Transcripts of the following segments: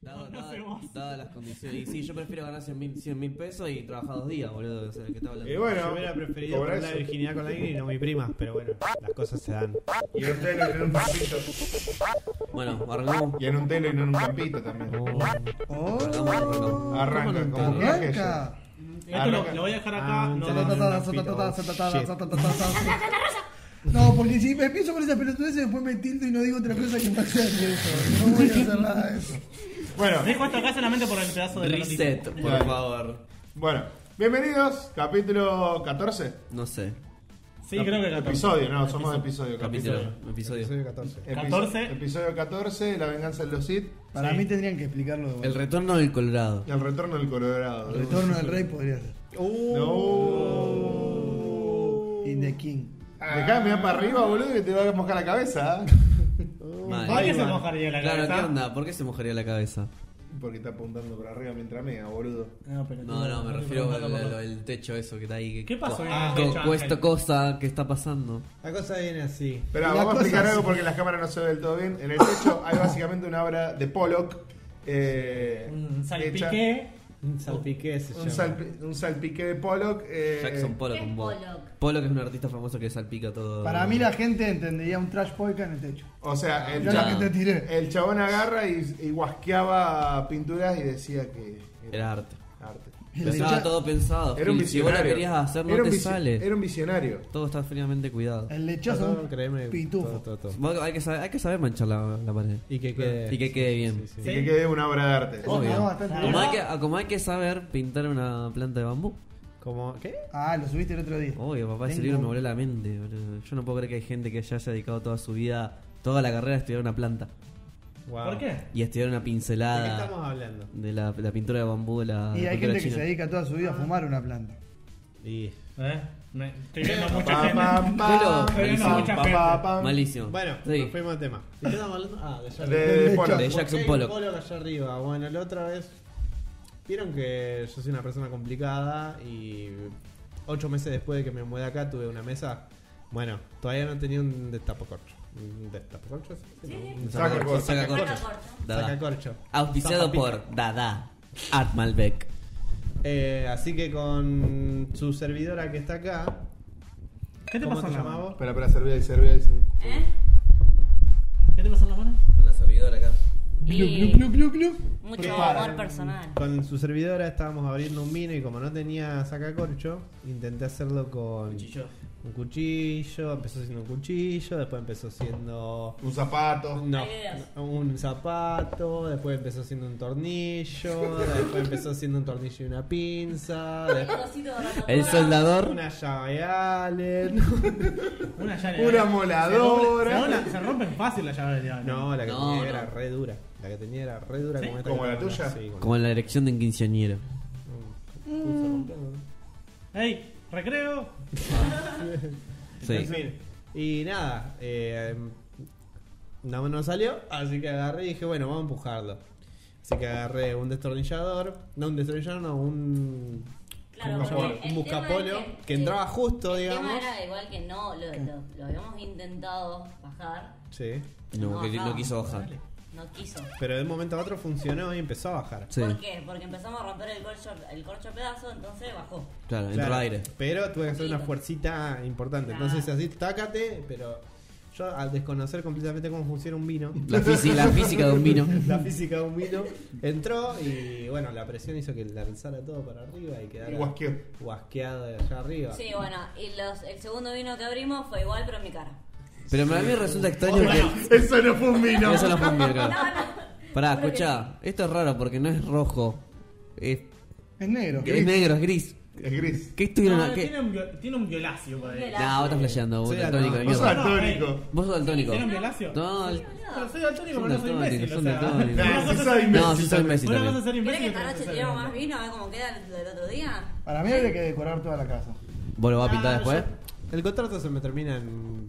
Dado- dada- Dadas las condiciones. Y sí, yo prefiero ganar 100 mil, pesos y trabajar dos días, boludo. O sea, ¿qué está hablando? Y bueno, Yo hubiera preferido cobrar perder la eso. virginidad con alguien y no mi prima, pero bueno, las cosas se dan. Y en un tele y en un campito. Bueno, arrancamos. Y en un tele y en un campito Oh. también. Arrancamos, arrancamos. Arranca, como que es eso. Blanca. Esto lo, lo voy a dejar acá. Ah, no, te no, no, la- Tatatata, no, no, tatatata, Oh, shit. tatatata, tatatata, tatatata. No, porque si me empiezo con esas pelotudeces, después me tildo y no digo otra cosa que no sea que eso. No voy a hacer nada de eso. Bueno, Dejo esto acá solamente por el pedazo de la noticia. Reset, por Dale. favor. bueno. Bienvenidos, capítulo 14. No sé. Sí, creo que 14. Episodio, no, somos de episodio. Capítulo, episodio. Episodio 14. Episodio- 14. Episodio 14, La venganza de los Sith Para mí tendrían que explicarlo. El retorno del Colorado. y El retorno del Colorado. El retorno del rey podría ser. Uh. No. In the King. Ah. Dejá de mirar para arriba, boludo, que te va a mojar la cabeza. ¿eh? Mal. ¿Por qué se Claro, mojaría la cabeza? ¿qué onda? ¿Por qué se mojaría la cabeza? Porque está apuntando para arriba mientras mea, boludo. No, pero No, no, me refiero al, al- al techo eso que está ahí. que- ¿Qué pasó en el Ah, techo, co- Ángel? esta cosa que está pasando. La cosa viene así. Espera, La vamos a cosa explicar es- algo porque las cámaras no se ven del todo bien. En el techo hay básicamente una obra de Pollock. eh, Un hecha- salpiqué. Un salpiqué se Un, llama. salpi- un salpiqué de Pollock. eh, Jackson Pollock. ¿Qué es un bo- Pollock? Pollock es un artista famoso que salpica todo. Para mí la gente entendería un trash podcast en el techo. O sea, el, Yo Ya. la que te tiré. el chabón agarra y, y guasqueaba pinturas y decía que Era arte. arte. Pero estaba todo pensado. Era un Phil. si vos la visionario. querías hacer, no Era un te visi- sale. Era un visionario. Todo está fríamente cuidado. El Todo, lechazo. créeme, Pitufo. todo, todo, todo. Vos- hay, que saber, hay que saber manchar la, la pared. Y que quede. Y que quede bien. Sí, sí, Y que quede una obra de arte. Oh. Obvio. No, bastante como, bien. hay que, como hay que saber pintar una planta de bambú. Como, ¿qué? Ah, lo subiste el otro día. Obvio, papá, ese Tengo- libro me voló la mente. boludo. Yo no puedo creer que hay gente que ya haya dedicado toda su vida, toda la carrera a estudiar una planta. Wow. ¿Por qué? Y a estudiar una ¿De qué pincelada estamos hablando? de la, la pintura de bambú de la, Y la pintura hay gente que china. se dedica toda su vida a fumar una planta. Y... ¿Eh? Me- Estoy viendo mucha Pa, gente. pam, Pero- pam, Estoy viendo malísimo, mucha pa, gente. pa, pam. Malísimo. Bueno, Sí. nos fuimos al tema. ¿De qué estamos hablando? Ah, de Jackson. De- de Pollock. De Jackson ¿Por qué hay un Pollock. Pollock allá arriba. Bueno, la otra vez. Vieron que yo soy una persona complicada y. Ocho meses después de que me mudé acá tuve una mesa. Bueno, todavía no tenía un destapacorcho. ¿Un destapacorcho? Sí, ¿no? Un Saca Saca- corcho. saca Saca corcho. corcho. Dada. sacacorcho. Auspiciado Zapapica. por Dada Art Malbec. Eh, así que con su servidora que está acá. ¿Qué te ¿Cómo pasó en te la llamás mano? vos? Espera, espera, serví ahí, serví ahí. serví. ¿Eh? ¿Qué te pasó en la mano? La servidora acá. Y Glu, glu, glu, glu. mucho Prepara. amor personal. Con su servidora estábamos abriendo un vino y como no tenía sacacorcho, intenté hacerlo con un cuchillo, empezó siendo un cuchillo, después empezó siendo Un zapato. no, Hay ideas. un zapato, después empezó siendo un tornillo, después empezó siendo un tornillo y una pinza, después El soldador. una llave Allen. Una llave. Una Se rompe- se moladora. rompe- Se rompen fácil las llaves de Allen. No, la que No, tenía no. era re dura. La que tenía era re dura ¿Sí? como esta. ¿Como que la tengo tuya? ahora, sí, Como la erección de un quinceañero. ¡Ey! ¡Recreo! Sí. En fin. Y nada, eh, no, no salió, así que agarré y dije, bueno, vamos a empujarlo. Así que agarré un destornillador, no un destornillador, no, un, Claro, ¿cómo se porque llama? el un tema buscapolio era que entraba justo, el digamos. tema era igual que no, lo, lo, lo habíamos intentado bajar, Sí, No, No, que no no. quiso bajar. no quiso. pero de un momento a otro funcionó y empezó a bajar. Sí, ¿Por qué? Porque empezamos a romper el corcho, el corcho a pedazo, entonces bajó. claro, entró Claro, aire. Pero tuve que hacer una fuercita importante. Claro. Entonces así, tácate, pero yo al desconocer completamente cómo funciona un vino, La, fisi- la física de un vino. la física de un vino, entró y bueno, la presión hizo que lanzara todo para arriba y Y quedara... guasqueó. guasqueado de allá arriba. Sí, bueno, y los, el segundo vino que abrimos fue igual, pero en mi cara. Pero a mí me resulta extraño que. Eso no fue un vino. Eso no fue un vino, No, claro. no. Pará, Juro que escuchá. Esto es raro porque no es rojo. Es, Es negro. es negro, es gris. Es gris. ¿Qué estuvieron No, a- tiene, qué? un viol- tiene un violáceo por ahí. Viola- Nah, vos estás flasheando, vos Soy sos daltónico de Vos sos mierda. no, eh. daltónico. Vos sos daltónico. ¿Tiene un violáceo? No, Pero soy daltónico, Son pero no soy daltónicos, imbécil. son o sea. daltónicos. Una Nah, cosa sí es- soy imbécil. no, sí soy imbécil Una cosa también. es ser ¿Querés imbécil. que y otra esta cosa es noche ser tiremos más imbécil. vino a ver cómo queda el del otro día? Para mí habría que decorar toda la casa. ¿Vos lo vas a pintar Ah, después? yo- El contrato se me termina en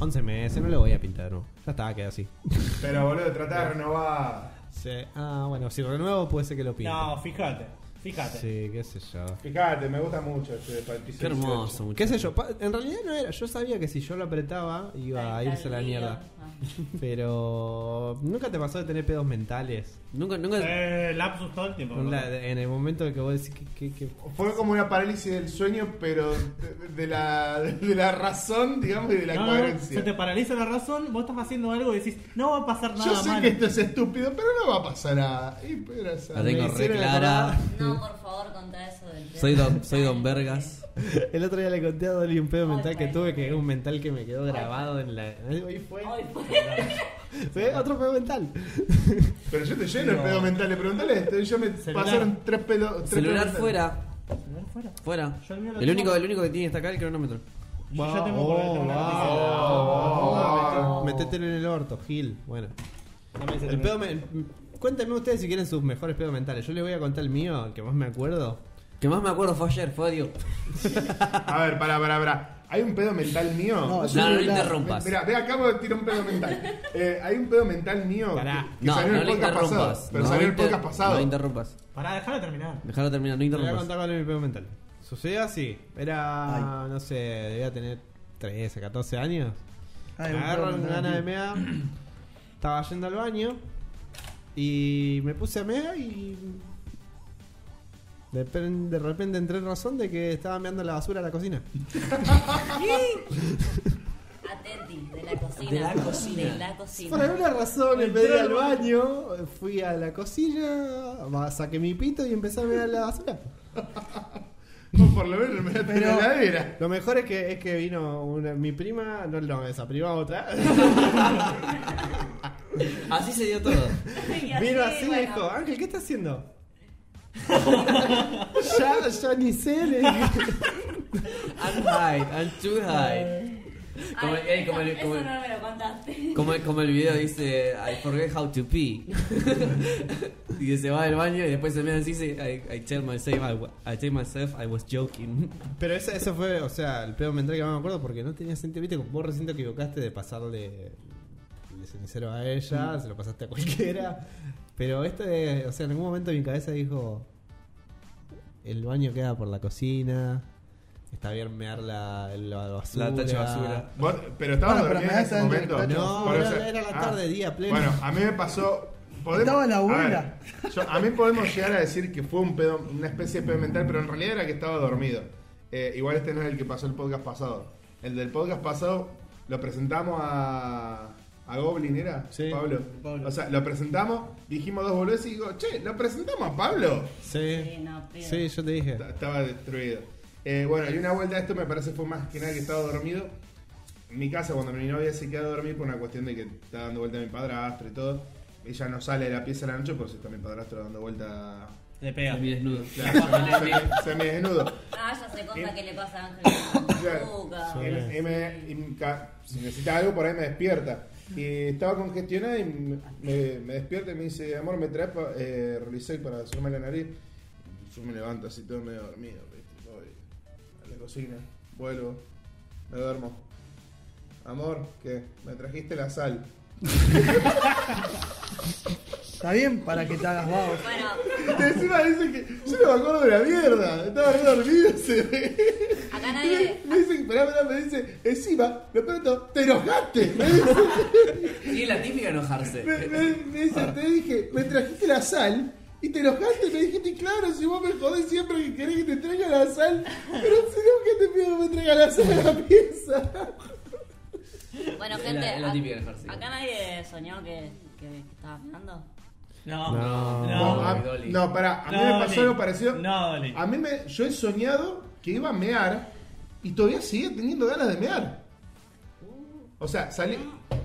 11 meses, no lo voy a pintar de nuevo. Ya está, queda así. Pero boludo, tratá de renovar. Sí. Ah, bueno, si renuevo puede ser que lo pinte. No, fíjate, fíjate. Sí, qué sé yo. Fíjate, me gusta mucho este palpicito. Qué hermoso, ¿Qué muchachos. sé yo? pa- En realidad no era. Yo sabía que si yo lo apretaba iba a Ahí está irse a la el lío. mierda. Ah. Pero. ¿Nunca te pasó de tener pedos mentales? Nunca, nunca. Eh, lapsus todo el tiempo. Onda, de- En el momento en que vos decís que. que- que- Fue como una parálisis del sueño, pero de, de la, de la razón, digamos, y de la No, no, no, coherencia. se te paraliza la razón, vos estás haciendo algo y decís, no va a pasar nada Yo sé malo. que esto es estúpido, pero no va a pasar nada. Y, pero, o sea, La me tengo re hicieron clara. acordar. No, por favor, contra eso del tema. Soy don, soy don Vergas. El otro día le conté a Dolly un pedo Ay, mental que fue. tuve, que es un mental que me quedó grabado en la. Hoy fue. Hoy fue. Fue otro pedo mental. Pero yo te lleno el pedo mental, le preguntale esto. Y yo me Celular. pasaron tres pedos. tres Celular pedos fuera. Celular fuera. Fuera. Yo el mío lo El único, tengo- el único que tiene está acá el cronómetro. Yo ya Va, tengo oh, por- tengo una va, noticia. va, meté- Metételo en el orto, Gil. Bueno. El pedo men- Cuéntenme ustedes si quieren sus mejores pedos mentales. Yo les voy a contar el mío, el que más me acuerdo. Que más me acuerdo fue ayer, fue Dios. mentales. A ver, pará, pará, pará. ¿Hay un pedo mental mío? No, No, no, no celular. interrumpas. Mira, ve acá de tirar un pedo mental. Eh, hay un pedo mental mío Pará. que, que No, salió en no el le podcast pasado. interrumpas. Pero no salió en el inter- podcast pasado. No interrumpas. Pará, déjalo terminar. Dejalo terminar, no Te voy a interrumpas. contar cuál es mi pedo mental. Sucedió así. Era, no sé, debía tener 13, 14 años. Ay, me Ah, un pedo agarraron mental, ganas de tío. mea. Estaba yendo al baño. Y me puse a mea y. De, pen- de repente entré en razón de que estaba meando la basura a la cocina. Atenti, de la cocina. De la cocina. De la Por cocina. alguna razón, en vez Entré de ir al al baño, fui a la cocina, va- saqué mi pito y empecé a mear la basura. O por lo menos me metí en la heladera. Lo mejor es que, es que vino una- mi prima, no, no, esa prima otra. Así se dio todo. Y Vino así y dijo, bueno, Ángel, ¿qué estás haciendo? ya, ya ni sé. le dije. I'm high, I'm too high. Como, ay, eh, como, el- eso- como, el- Eso no me lo contaste. como el- como el video dice, I forget how to pee. y que se va del baño y después se mira así y dice, I, I tell myself, I, wa- I tell myself I was joking. Pero ese, ese fue, o sea, el pedo mental que más me acuerdo porque no tenía sentido. Viste, vos recién te equivocaste de pasarle el cenicero a Mm. ella, se lo pasaste a cualquiera. Pero esto de, o sea, en algún momento mi cabeza dijo: el baño queda por la cocina, está bien mear la, la basura. La tacha de basura. Vos- Pero estabas dormido Bueno, pero me en das ese antes momento. del tacho. No, Por era- eso- ah, era la tarde, día pleno. Bueno, a mí me pasó. podemos- Estaba la a ver, abuela. yo- a mí podemos llegar a decir que fue un pedo, una especie de pedo mental, pero en realidad era que estaba dormido. Eh, igual este no es el que pasó el podcast pasado. El del podcast pasado lo presentamos a. A Goblin era Sí, Pablo. O sea, lo presentamos, dijimos dos boludeces y digo, che, lo presentamos a Pablo. Sí, Sí, no, pido. sí, yo te dije. Ta- Estaba destruido. Eh, bueno, y una vuelta a esto me parece fue más que nada que estaba dormido. En mi casa, cuando mi novia se queda a dormir por una cuestión de que está dando vuelta a mi padrastro y todo, ella no sale de la pieza a la noche por si está mi padrastro dando vuelta. Le pega. Mi desnudo. Claro, se, me, se me desnudo. Ah, ya sé Eh, cosa que le pasa a Ángel. Claro. Nunca. Y me- y me- y me ca- si necesita algo, por ahí me despierta. Y estaba congestionada y me, me- me despierta y me dice, amor, me traes pa- eh, Rolisec para hacerme la nariz. Yo me levanto así todo medio dormido, ¿viste? voy a la cocina, vuelvo, me duermo. Amor, ¿qué? Me trajiste la sal. Está bien para que te hagas vago. Bueno, Y encima dice que yo no me acuerdo de la mierda, estaba re dormido. Se ve. acá Y nadie. me, me dice, "Esperá, esperá", me dice, encima, lo pronto, te enojaste. Me dice, Y es la típica enojarse. Me, me- me dice, te dije, me trajiste la sal y te enojaste. Me dijiste, claro, si vos me jodés siempre que querés que te traiga la sal, pero si no, que te pido que me traiga la sal a la pieza. Bueno, Es la- gente. es la ac- típica del Jersey. Acá nadie soñó que, que, que estaba mirando. No, No. no. No, a- no, pará, a mí No, me pasó Dolly. algo parecido. No, Dolly. A mí me, yo he soñado que iba a mear y todavía seguía teniendo ganas de mear. O sea, salí,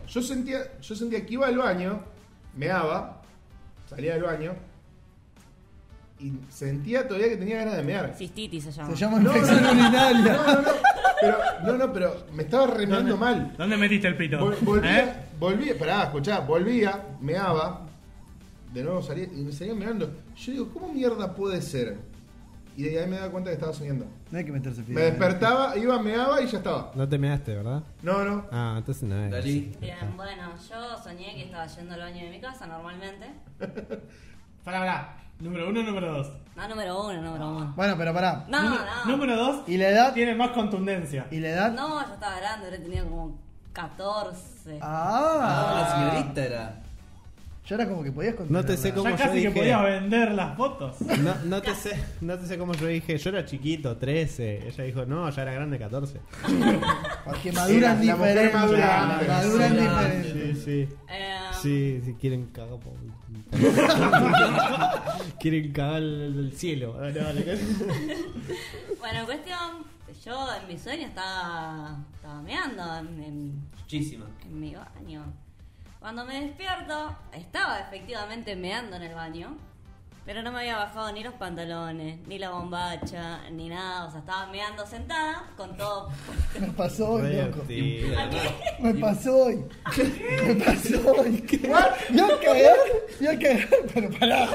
yo sentía, yo sentía que iba al baño, meaba, salía del baño y sentía todavía que tenía ganas de mear. Cistiti se llama. Se llama infección urinaria. No, no, no. Pero, no, no, pero me estaba remando mal. ¿Dónde metiste el pito? Vol- volvía, ¿Eh? volvía, pará, escuchá, volvía, meaba, de nuevo salía y me salía mirando. Yo digo, ¿cómo mierda puede ser Y de ahí me daba cuenta que estaba soñando. No hay que meterse Me piedra. eh. despertaba, iba, meaba y ya estaba. No te measte, ¿verdad? No, no. Ah, entonces no es. Dalí. Bien, bueno, yo soñé que estaba yendo al baño de mi casa normalmente. Pará, pará. Número uno, número dos. No, número uno, número uno. Bueno, pero pará. No, número, no. número dos ¿Y la edad? tiene más contundencia. ¿Y la edad? No, yo estaba grande, habría tenido como 14. Ah. Ah, la señorita era. Yo era como que podías contar. No te sé cómo Ya yo casi dije. que podías vender las fotos. No, no te sé, no te sé cómo yo dije. Yo era chiquito, 13. Ella dijo, no, ya era grande, 14. Porque Era maduran la mujer diferente. madura. Maduran Madura. diferente. Sí, sí. Eh, Sí, si quieren cagar. po- quieren cagar el, el cielo. Ah, no, dale, que- Bueno, en cuestión, yo en mi sueño estaba, estaba meando en, en- Muchísima. en mi baño. Cuando me despierto, estaba efectivamente meando en el baño, pero no me había bajado ni los pantalones, ni la bombacha, ni nada. O sea, estaba meando sentada con todo. Me pasó hoy, Re loco. divertido. Me pasó hoy. Me pasó hoy. Yo a cagar, yo a cagar, pero pará.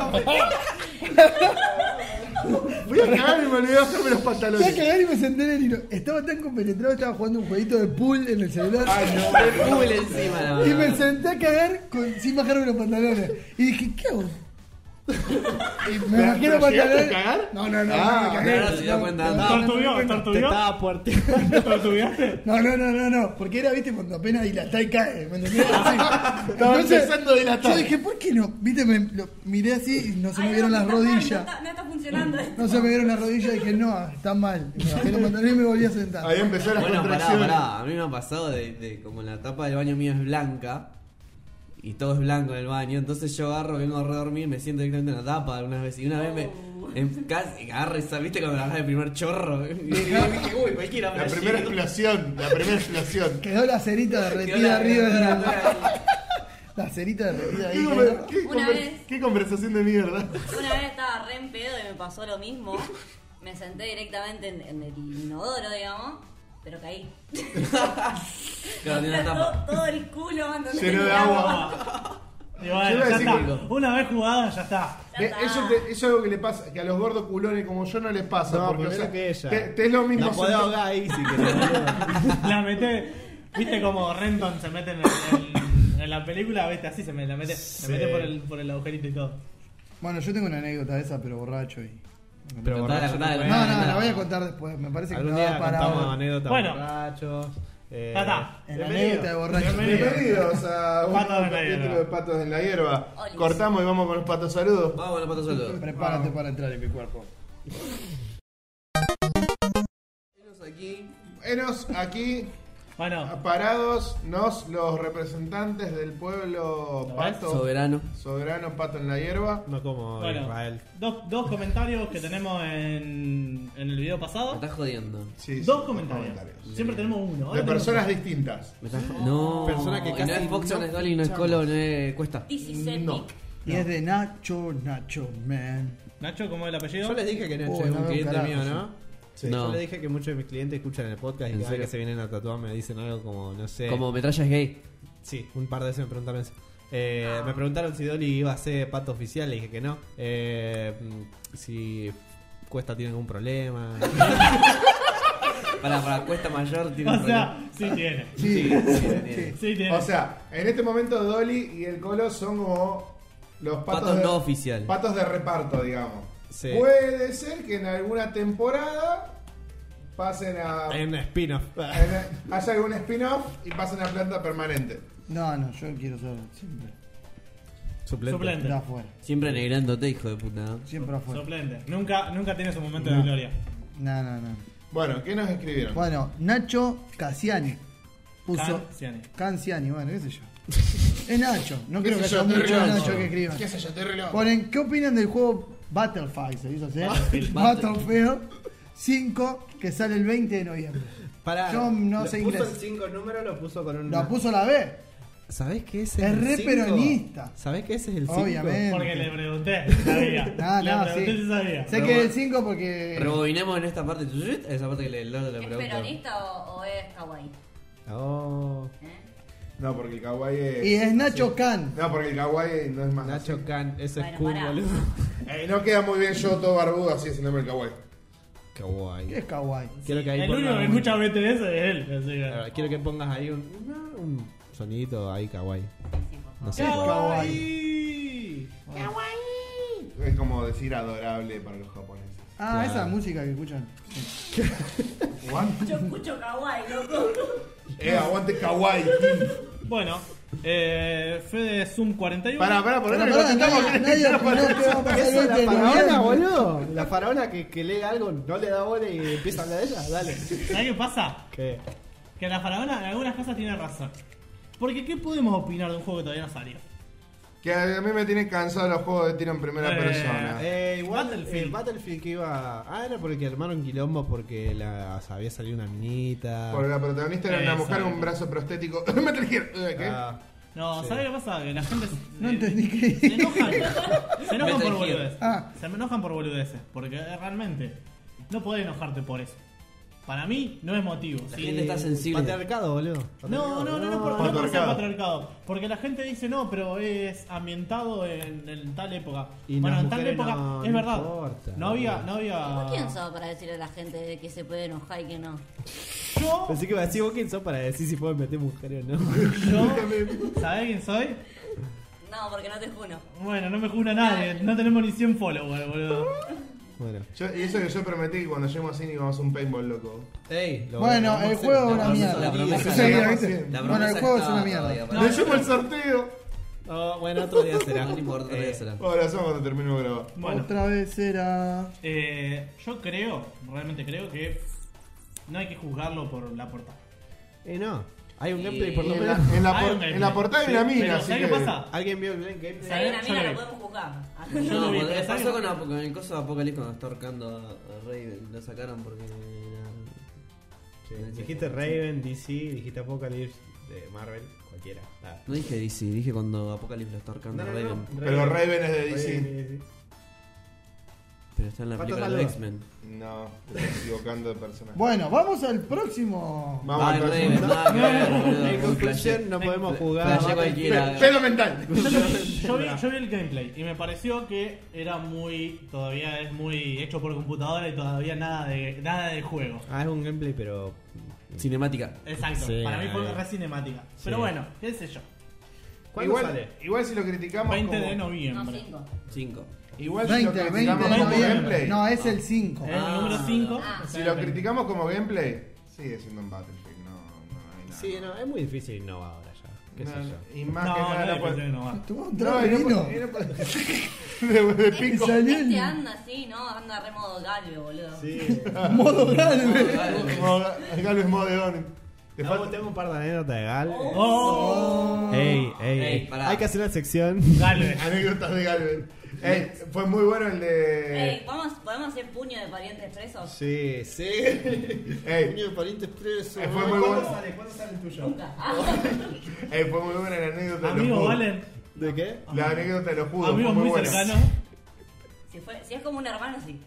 Voy a cagar y me olvidé de bajarme los Yo a pantalones. cagar y me senté en el hilo. Estaba tan compenetrado, estaba jugando un jueguito de pool en el celular. Google encima la Y me senté a cagar con- sin bajarme los pantalones. Y dije, ¿qué hago? Y me ¿Pero- pero bajé los llegaste a pantalones. cagar? No, no, no, Ah, no me cagué. no, no se dio cuenta. no, Ah, ¿Tortubió? Te ¿Tortubió? estaba puerteando. ¿Tortubiaste? No, no, no, no, no, porque era, viste, cuando apenas dilatá y cae, ¿me entendés? Así. Estaba empezando a dilatar. Yo dije, ¿por qué no? Viste, me lo miré así y no se Ay, me vieron no, las está mal, rodillas. No está, no está funcionando. esto. No se me vieron las rodillas y dije, no, está mal. Y Me bajé los pantalones y me volví a sentar. Ahí empezó las Bueno, pará, contracciones. pará. A mí me ha pasado de, de como la tapa del baño mío es blanca y todo es blanco en el baño. Entonces yo agarro, vengo a redormir, me siento directamente en la tapa algunas veces. Y una vez Oh. me. en- casi agarro esa, viste cuando agarras el primer chorro. Y dije, uy, cualquiera me La primera llego. explosión, la primera explosión. Quedó la cerita Quedó la- derretida arriba de quedó la... la- La cerita derretida ahí. ¿Qué, conver- quedó. qué Una conver- vez. qué conversación de mierda? Una vez estaba re en pedo y me pasó lo mismo. Me senté directamente en, en el inodoro, digamos, pero caí. Claro, tiene la tapa. todo, todo el culo ¿entendés? Lleno de El agua. Y bueno, Yo iba a ya decir está. que- Una vez jugada, ya está. Ya Eh, está. Eso, te- eso es algo que le pasa, que a los gordos culones como yo no les pasa. No, porque o primero sea, que ella. Te, te es lo mismo. La podés sentar- ahogar ahí si querés. boludo. La mete. ¿Viste como Renton se mete en, el- en- en la película? ¿Viste? Así se me la mete. Se Sí. mete por el, por el agujerito y todo. Bueno, yo tengo una anécdota de esa, pero borracho y... Pero Contala, borracho. contala, No, contala. no, la voy a contar después. Me parece que Algún me va día a parar. contamos anécdotas Bueno. borrachos. eh, Ya está. En la anécdota de borracho. Bienvenidos a un Patos en la capítulo hierba. de Patos en la Hierba. Olis. Cortamos y vamos con los patos saludos. Vamos, la pata suelta. Prepárate para entrar en mi cuerpo. Aquí. Enos aquí, Bueno, parados, nos los representantes del pueblo pato, Soberano. soberano Pato en la Hierba. No como Bueno. Israel. dos, dos comentarios que tenemos en, en el video pasado. Me estás jodiendo. Sí, sí, Dos comentarios. Siempre tenemos uno. Ahora De tenemos personas dos. distintas. Me estás No. Persona que y casi No es Fox, no no, es Dolly, no es Colo, no es Cuesta. This is epic. No. Y es de Nacho, Nacho, man. Nacho, ¿cómo es el apellido? Yo les dije que Nacho Uy, es no, un cliente carajo, mío, sí. ¿no? Sí. Yo No. le dije que muchos de mis clientes escuchan el podcast y ¿En cada vez serio? que se vienen a tatuar me dicen algo como, no sé. Como metralla es gay. Sí, un par de veces me preguntaron eso. Eh, Me preguntaron si Dolly iba a ser pato oficial, le dije que no. Eh, mm, si Cuesta tiene algún problema. Para, para Cuesta Mayor tiene O un sea, sí tiene. Sí, problema. Sí, sí, tiene. Sí tiene. O sea, en este momento Dolly y el Colo son como los patos, Patos de- no oficial. patos de reparto, digamos. Sí. Puede ser que en alguna temporada pasen a. en spin-off. en- haya algún spin-off y pasen a planta permanente. No, no, yo quiero ser siempre. Suplente. Suplente. No afuera. Siempre negrándote, hijo de puta. Siempre afuera. Sorprende. Nunca, nunca tiene su momento No. de gloria. No, no, no. Bueno, ¿qué nos escribieron? Bueno, Nacho Cassiani puso. Canciani. Canciani, bueno, qué sé yo. Es Nacho, no ¿Qué creo que sé haya yo, mucho estoy re Nacho loco. que escriban. ¿Qué sé yo? Estoy re loco. Ponen, ¿qué opinan del juego Battlefield? ¿Se hizo así? Battlefield. Battlefield 5 que sale el 20 de noviembre. Pará. Yo no lo sé puso inglés. en cinco números, lo puso con un. Lo puso la B. ¿Sabés qué es Es el re cinco? peronista. ¿Sabés qué ese es el 5? Obviamente. Porque le pregunté, si sabía. No, le no, pregunté si sí. sabía. Sé que es el 5 porque. Rebobinemos en esta parte. Esa parte que le, Lolo le ¿Es pregunta. peronista o, o es kawaii? Oh. ¿Eh? No, porque el kawaii es. Y es Nacho Can. No, porque el kawaii no es más. Nacho Khan, eso Bueno, es cool, pará. boludo. Eh, no queda muy bien yo todo barbudo así es el nombre del kawaii. Qué guay. ¿Qué es kawaii? Quiero que ahí El pongas único que un- escucha BTS es él. Así A que... ver, Quiero que pongas ahí un, un sonidito ahí kawaii. Sí, por favor. No sé. ¡Kawaii! Es como decir adorable para los japoneses. Ah, Claro. esa música que escuchan. Yo escucho kawaii, loco. Eh, aguante kawaii. Bueno, eh, Fede Zoom 41. Pará, pará, por Pero ahora pará, contestamos nadie, que- nadie opinó que este va a pasar Eso el es la 20 de faraona, noviembre. boludo. La faraona que, que lee algo, no le da bola y empieza a hablar de ella. Dale. ¿Sabes qué pasa? ¿Qué? Que la faraona en algunas cosas tiene razón. Porque ¿qué podemos opinar de un juego que todavía no salió? Que a mí me tienen cansado los juegos de tiro en primera Eh, persona. Eh, igual Battlefield. el Battlefield que iba. Ah, era porque armaron quilombo porque la, había salido una minita. Porque la protagonista era Eh, una mujer, sabe. un brazo prostético. Metal Gear. Eh, ¿Qué? Ah, No, Sí. ¿sabes qué pasa? Que la gente. se- No entendí qué Se enojan. se enojan Metal por Gear. boludeces. Ah. Se enojan por boludeces. Porque eh, realmente no podés enojarte por eso. Para mí no es motivo. La Si- gente está sensible. Patriarcado, boludo. No, no, no, no, por, no por ser Patriarcado. patriarcado. Porque la gente dice, no, pero es ambientado en, en tal época. Y bueno, las en tal mujeres época, no- es no verdad. importa, no había, boludo. no había. ¿Quién sos para decirle a la gente de que se puede enojar y que no? Yo, Pensé que iba a decir vos quién sos para decir si pueden meter mujeres o no. yo, ¿sabés quién soy? No, porque no te juro. Bueno, no me jura nadie, no tenemos ni 100 followers, boludo. Bueno. Yo- y eso que yo prometí que cuando lleguemos a cine íbamos a un paintball, loco. Ey, lo- Bueno, vamos a el hacer- juego lo es una vamos a mierda. hacer- La promesa. Sí, la- ¿viste? La Bueno, el promesa juego es está una todavía mierda. para- ¡Le hicimos el sorteo! Oh, bueno, otro día será. No importa, Eh, debe ser. Ahora hacemos cuando termino de grabar. Bueno, Otra vez era. eh, yo creo, realmente creo que no hay que juzgarlo por la portada. Eh, no. Hay un Y- gameplay por lo y En la, menos. en la Hay por- un gameplay. en la portada hay Sí, una mina, pero así ¿sabés que... qué pasa? ¿Alguien vio el gameplay? Si ¿Sabés? hay una Yo mina, lo lo vi. podemos juzgar. Yo lo No, vi, porque pero pasó ¿sabes? con, Apo- con el coso de Apocalipsis cuando estaba ahorcando a a Raven. Lo sacaron porque era. Sí, dijiste Raven, DC, dijiste Apocalypse, de Marvel, cualquiera. Ah. No dije DC, dije cuando Apocalipsis lo está ahorcando a Raven. Pero Raven es de DC. Raven es de DC. Pero está en la Pato película de saluda. X-Men. No, te estás equivocando de personaje. Bueno, vamos al próximo. Vamos Ah, al el próximo. Raven, nada que ver, boludo, En muy flashero. conclusión, no podemos jugar. Flashé cualquiera. Pelo mental. Yo vi, yo vi el gameplay y me pareció que era muy, todavía es muy hecho por computadora y todavía nada de nada de juego. Ah, es un gameplay, pero. Cinemática. Exacto, Sí, para mí fue ahí. re cinemática. Pero Sí. bueno, qué sé yo. ¿Cuándo Igual, sale? igual si lo criticamos 20 de como... No, noviembre. cinco. 5. Igual si lo 20, 20 criticamos de como 20 de noviembre. gameplay... No, es el 5. ¿Eh? Eh. El número 5. Ah. Si lo criticamos como gameplay, sigue siendo un Battlefield. No, no hay nada. Sí, no, es muy difícil innovar ahora ya. ¿Qué sé No, yo? Y más No, que no, nada... pues- no, la no, por- no, no. Tuvo un No, trago de era vino. por- era por- de, de pico. Este anda así, ¿no? Anda re modo galio, boludo. Sí. Modo grande. Como Ga- Galvez Modeón. Te Tengo, falta... tengo un par de anécdotas de Gal. ¡Oh! Ey, ey, Ey, ey. pará. Hay que hacer una sección. Dale. Anécdotas de Galvez. Ey, fue muy bueno el Ey, de... ¿podemos, ¿podemos hacer puño de parientes presos? Sí, sí. Ey, de parientes presos. Eh, fue muy ¿Cuándo bueno. sale? ¿Cuándo sale el tuyo? Nunca. ey, fue muy buena la anécdota de los Amigo, jugos. Valen. ¿De qué? La anécdota de los jugos fue Amigos muy, muy buena. cercanos. Si, fue- si es como un hermano, sí.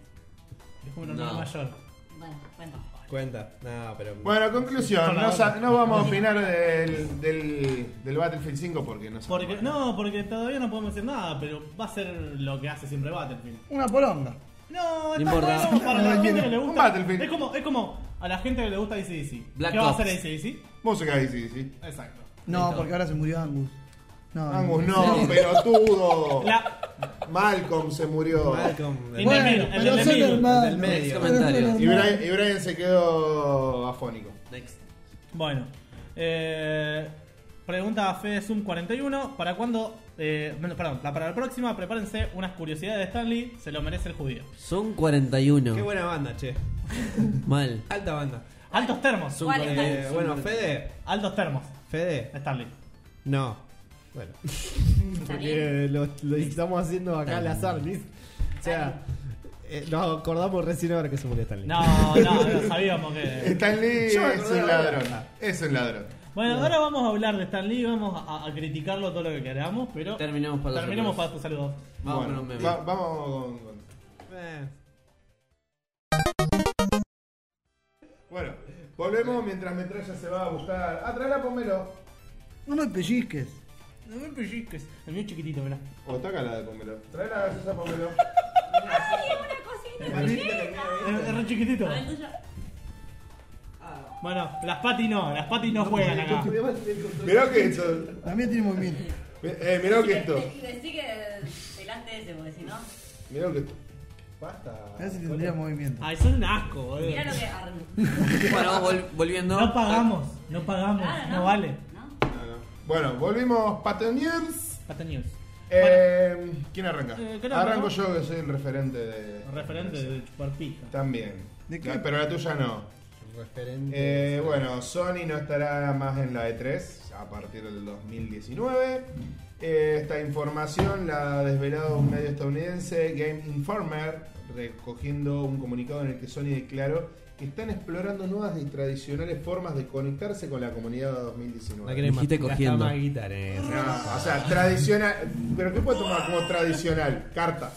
Es como un hermano No. mayor. Bueno, cuento. Cuenta. No, pero. Bueno, conclusión, Con la no, otra. sa- no vamos a opinar del, del, del Battlefield 5 porque no sabemos. Porque, no, porque todavía no podemos decir nada, pero va a ser lo que hace siempre Battlefield. Una poronga. No, No está importa. bueno para la gente que le Ah, Un gusta. Battlefield. Es como, es como a la gente que le gusta ACDC. Black ¿Qué va a Ops. hacer ACDC? Música ahí, sí, sí. Exacto. No, porque ahora se murió Angus. No, Angus, no, pelotudo. La, Malcolm se murió. Malcolm. Bueno, Y no- Bueno, El del pero son medio, hermanos. el del medio. Pero son Comentarios. hermanos. Y Brian, y Brian se quedó afónico. Next. bueno. Eh, pregunta a Fede Zoom 41. ¿Para cuándo? eh, bueno, perdón, la- para la próxima, prepárense unas curiosidades de Stanley. Se lo merece el judío. Son 41. Qué buena banda, che. Mal. Alta banda. Altos termos. ¿Cuál Eh, es la- bueno, Fede. Altos termos. Fede. Stanley. No. Bueno. bien. Porque lo, lo estamos haciendo acá al azar, ¿viste? O sea, eh, nos acordamos recién ahora que se murió Stanley. No, no, no sabíamos que. Stanley Yo me es acordé un ahora. ladrón. Es un ladrón. Bueno, ahora vamos a hablar de Stan Lee, vamos a, a criticarlo todo lo que queramos, pero Terminemos para los terminemos saludos. para tus saludos. Vamos Bueno, con un meme. va- vamos con- con- Eh, Bueno, volvemos mientras Metralla se va a buscar. Ah, tráela, pónmelo. No me pellizques. No me pellizques. El mío es chiquitito, mirá. O taca Oh, la de pomelo. Trae la gaseosa pomelo. ¡Ay, es Ah, una cosita chiquita! Es, es re chiquitito. A ver, el tuyo. Bueno, las patis no, las patis no juegan acá. Mirá que esto. También tiene movimiento. Eh, mirá que esto. Decí que- Decí que pelaste ese, porque si no. Mirá que esto. A ver si tendría movimiento. Ay, son un asco, boludo. Mirá lo que. ah, Bueno, vol- volviendo. No pagamos, no pagamos, Claro, no vale. ¿No? No, no. Bueno, volvimos Patoniers. Pata News. Eh, ¿Quién arranca? Eh, creo, Arranco ¿no? yo que soy el referente de. Referente de chupar pija. También. ¿De qué? La- Pero la tuya no. Referente. Eh, bueno, Sony no estará más en la E3 a partir del 2019. Eh, esta información la ha desvelado un medio estadounidense, Game Informer, recogiendo un comunicado en el que Sony declaró que están explorando nuevas y tradicionales formas de conectarse con la comunidad de 2019. La que le Dijiste gastaba cogiendo. más guitarra, eh. No, o sea, tradicional. ¿Pero qué puede tomar como tradicional? Carta.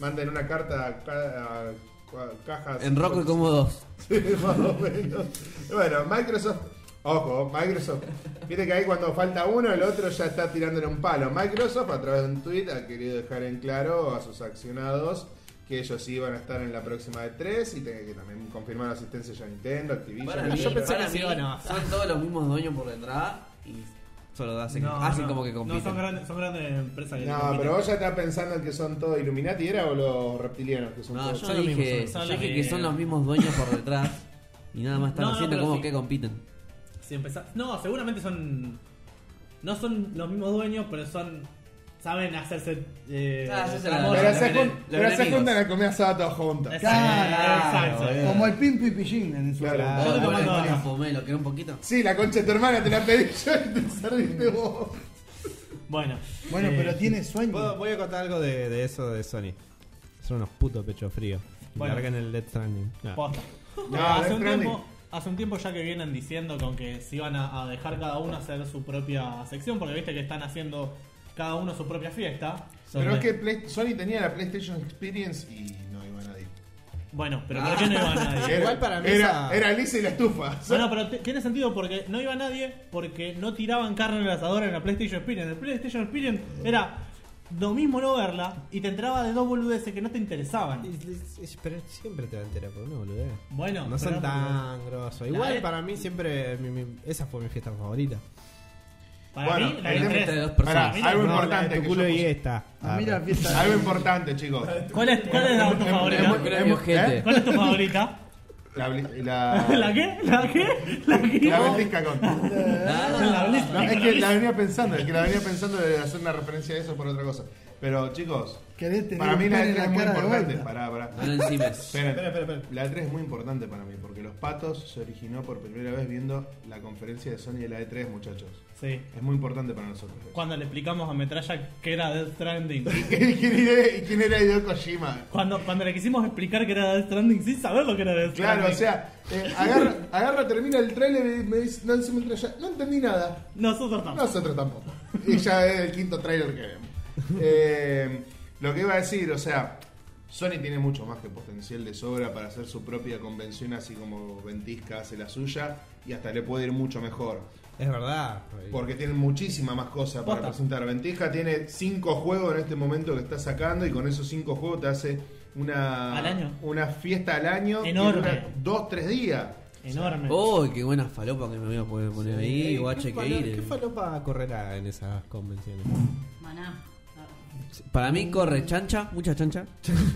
Manden una carta a, ca- a ca- cajas. En Rocco y como dos. Sí, más o menos. Bueno, Microsoft. Ojo, Microsoft. Viste que ahí cuando falta uno, el otro ya está tirándole un palo. Microsoft, a través de un tweet, ha querido dejar en claro a sus accionados que ellos sí van a estar en la próxima de 3 y tienen que también confirmar la asistencia ya a Nintendo, Activision. Para Blizzard. mí, yo pensé para que se mí, iban a bajar. son todos los mismos dueños por detrás y solo hacen, No, hacen no, como que compiten. No, son grandes, son grandes empresas que No, compiten. pero vos ya estás pensando en que son todos Illuminati, ¿era o los reptilianos que son No, todos? yo son los dije, mismos, son- son yo los dije que mismos. son los mismos dueños por detrás y nada más están No, no, haciendo pero como sí. que compiten. Si empezás- No, seguramente son. No son los mismos dueños, pero son. Saben hacerse. Eh, Ah, hacerse la- famosos. Pero los se, enemigos, jun- los pero se enemigos. juntan a comer asado todos juntos. Exacto, Claro, exacto. boludo. Como el Pimpo y Pillín en su Claro. Yo te te mando pongo ahora. pomelo, ¿querés un poquito? Sí, la concha de tu hermana te la pedí yo y te serviste vos. Bueno, Bueno, eh, pero tiene Puedo- sueño. Voy a contar algo de, de eso de Sony. Son unos putos pechos fríos. Bueno. Largan el Death Stranding. No. posta. No, hace, Death un Stranding. tiempo, hace un tiempo ya que vienen diciendo con que se iban a, a dejar cada uno hacer su propia sección, porque viste que están haciendo cada uno su propia fiesta. Pero donde- es que Play- Sony tenía la PlayStation Experience y no iba nadie. Bueno, Ah. pero ¿por qué no iba nadie? Era, Ah, Igual para mí era, esa- era Lisa y la estufa. Bueno, pero te- tiene sentido porque no iba nadie, porque no tiraban carne en el asador en la PlayStation Experience. El PlayStation Experience era lo mismo no verla y te entraba de dos boludeces que no te interesaban. Y- y- Pero siempre te va a enterar por una boludez. Bueno, No son pero- tan grosos. Igual La- para mí siempre. mi- mi- esa fue mi fiesta favorita. Para Bueno, mí, la el tema de tres. está de dos personas. Para mí, la- Algo No, la de importante tu que culo yo y puse. esta. A mí la Ah, fiesta. Algo importante, chicos. ¿Cuál es, cuál es la- tu Hemos- favorita? creo que gente. ¿Cuál es tu favorita? La, bli- la, ¿La qué? ¿La qué? ¿La qué? Ah. La ventisca con. La No, blitz. es que la venía pensando, es que la venía pensando de hacer una referencia a eso por otra cosa. Pero chicos, Querés tener para mí un la pene en E3 es la muy cara de importante. vuelta. Pará, pará. No lo encimes. Espera, espera, espera, espera. La E3 es muy importante para mí, porque Los Patos se originó por primera vez viendo la conferencia de Sony de la E3, muchachos. Sí. Es muy importante para nosotros. Cuando le explicamos a Metralla que era Death Stranding. ¿Quién era, y quién era Hideo Kojima? Cuando, cuando le quisimos explicar que era Death Stranding sin saber lo que era Death Stranding. Claro, o sea, eh, agarra, agarra, termina el trailer y me dice, no, encima el trailer, no entendí nada. Nosotros tampoco. Nosotros tampoco. Y ya es el quinto trailer que vemos. Eh, lo que iba a decir, o sea, Sony tiene mucho más que potencial de sobra para hacer su propia convención, así como Ventisca hace la suya, y hasta le puede ir mucho mejor. Es verdad. Porque tienen muchísima más cosas para Posta. presentar. Ventisca tiene cinco juegos en este momento que está sacando y con esos cinco juegos te hace una, Al año. una fiesta al año. que Enorme. dura dos, tres días. Enorme. Uy, qué buena falopa que me voy a poder poner ahí, Ey, guache ¿qué, que falo- ¿Qué ir. falopa correrá en esas convenciones? Maná. Para mí corre chancha, mucha chancha,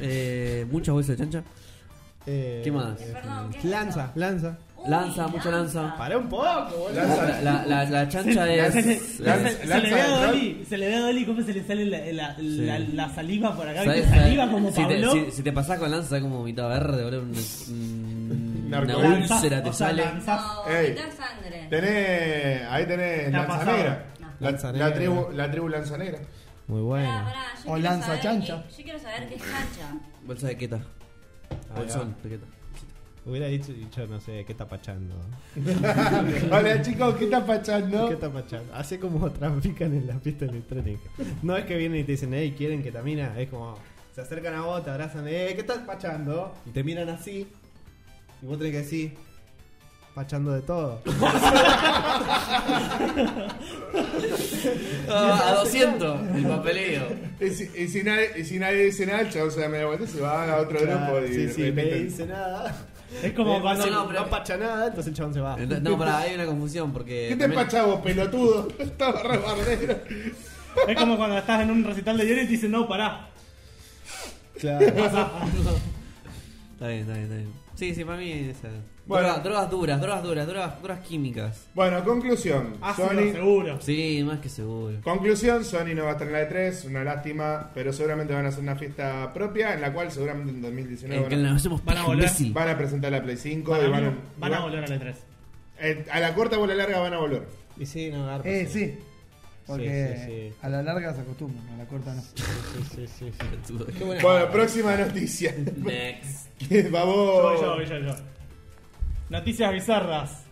eh, muchas bolsas de chancha, Eh, ¿Qué más? eh, Perdón, ¿qué es lanza, lanza. Uy, Lanza, mucha lanza. Para un poco, boludo. la, la, la, la chancha Se, es... se- eh, se- es- se lanza le ve a de Dolly, se le ve a Dolly cómo se le sale la, la, la- la saliva por acá, ¿sabes- ¿viste? saliva sabes? como si, te, Pablo. si, si te pasás con lanza, es como mitad verde, boludo. un- un- Una Narcolanza, úlcera te o sea, sale. lanzás. No, Ey. quitar sangre. Tenés, ahí tenés La Lanza pasada. Negra. La, Lanza la Negra. tribu, la tribu Lanza Negra. Muy Pará, bueno. pará, yo O quiero lanza saber chancha. qué- yo quiero saber qué es chancha. Bolsa de queta. Bolsón de queta. Hubiera dicho, dicho, no sé, ¿qué está pachando? Hola chicos, ¿qué está pachando? ¿Qué está pachando? Hace como trafican en la fiesta electrónica. No es que vienen y te dicen, hey, ¿quieren que tamina? Es como, se acercan a vos, te abrazan, eh, ¿qué estás pachando? Y te miran así. Y vos tenés que decir, fachando de todo. Ah, a 200 el papeleo. Y si, y si nadie, y si nadie dice Nacha, o sea, me la vuelta se va a otro grupo y sí, sí, me repiten. dice nada. Es como Eh, cuando. no, no, no, pero- pacha nada, entonces el chabón se va. No, pará, hay una confusión porque. ¿Qué te también- pachá vos, pelotudo? Estaba re bardero. Es como cuando estás en un recital de Dior y te dicen, no, pará. Claro. Está bien, está bien, está bien. Sí, sí, para mí es esa. Bueno. Drogas, drogas duras, drogas duras, drogas, drogas químicas. Bueno, conclusión. Hazlo Sony, seguro. Sí, más que seguro. conclusión, Sony no va a estar en la E3, una lástima, pero seguramente van a hacer una fiesta propia en la cual seguramente en Eh, 2019 que van a, nos hacemos Van a pija, volver. imbécil. van a presentar la Play 5 Van y a, van a, van a y van- volver a la 3. eh, a la corta o a la larga van a volver. Y sí, no, garpa. Eh, sí. Porque Sí, sí, sí. a la larga se acostumbran, a la corta no. Sí, sí, sí, sí. Qué buena Bueno, garpa. próxima noticia. Next. Vamos. Yo, yo, yo, yo. Noticias bizarras.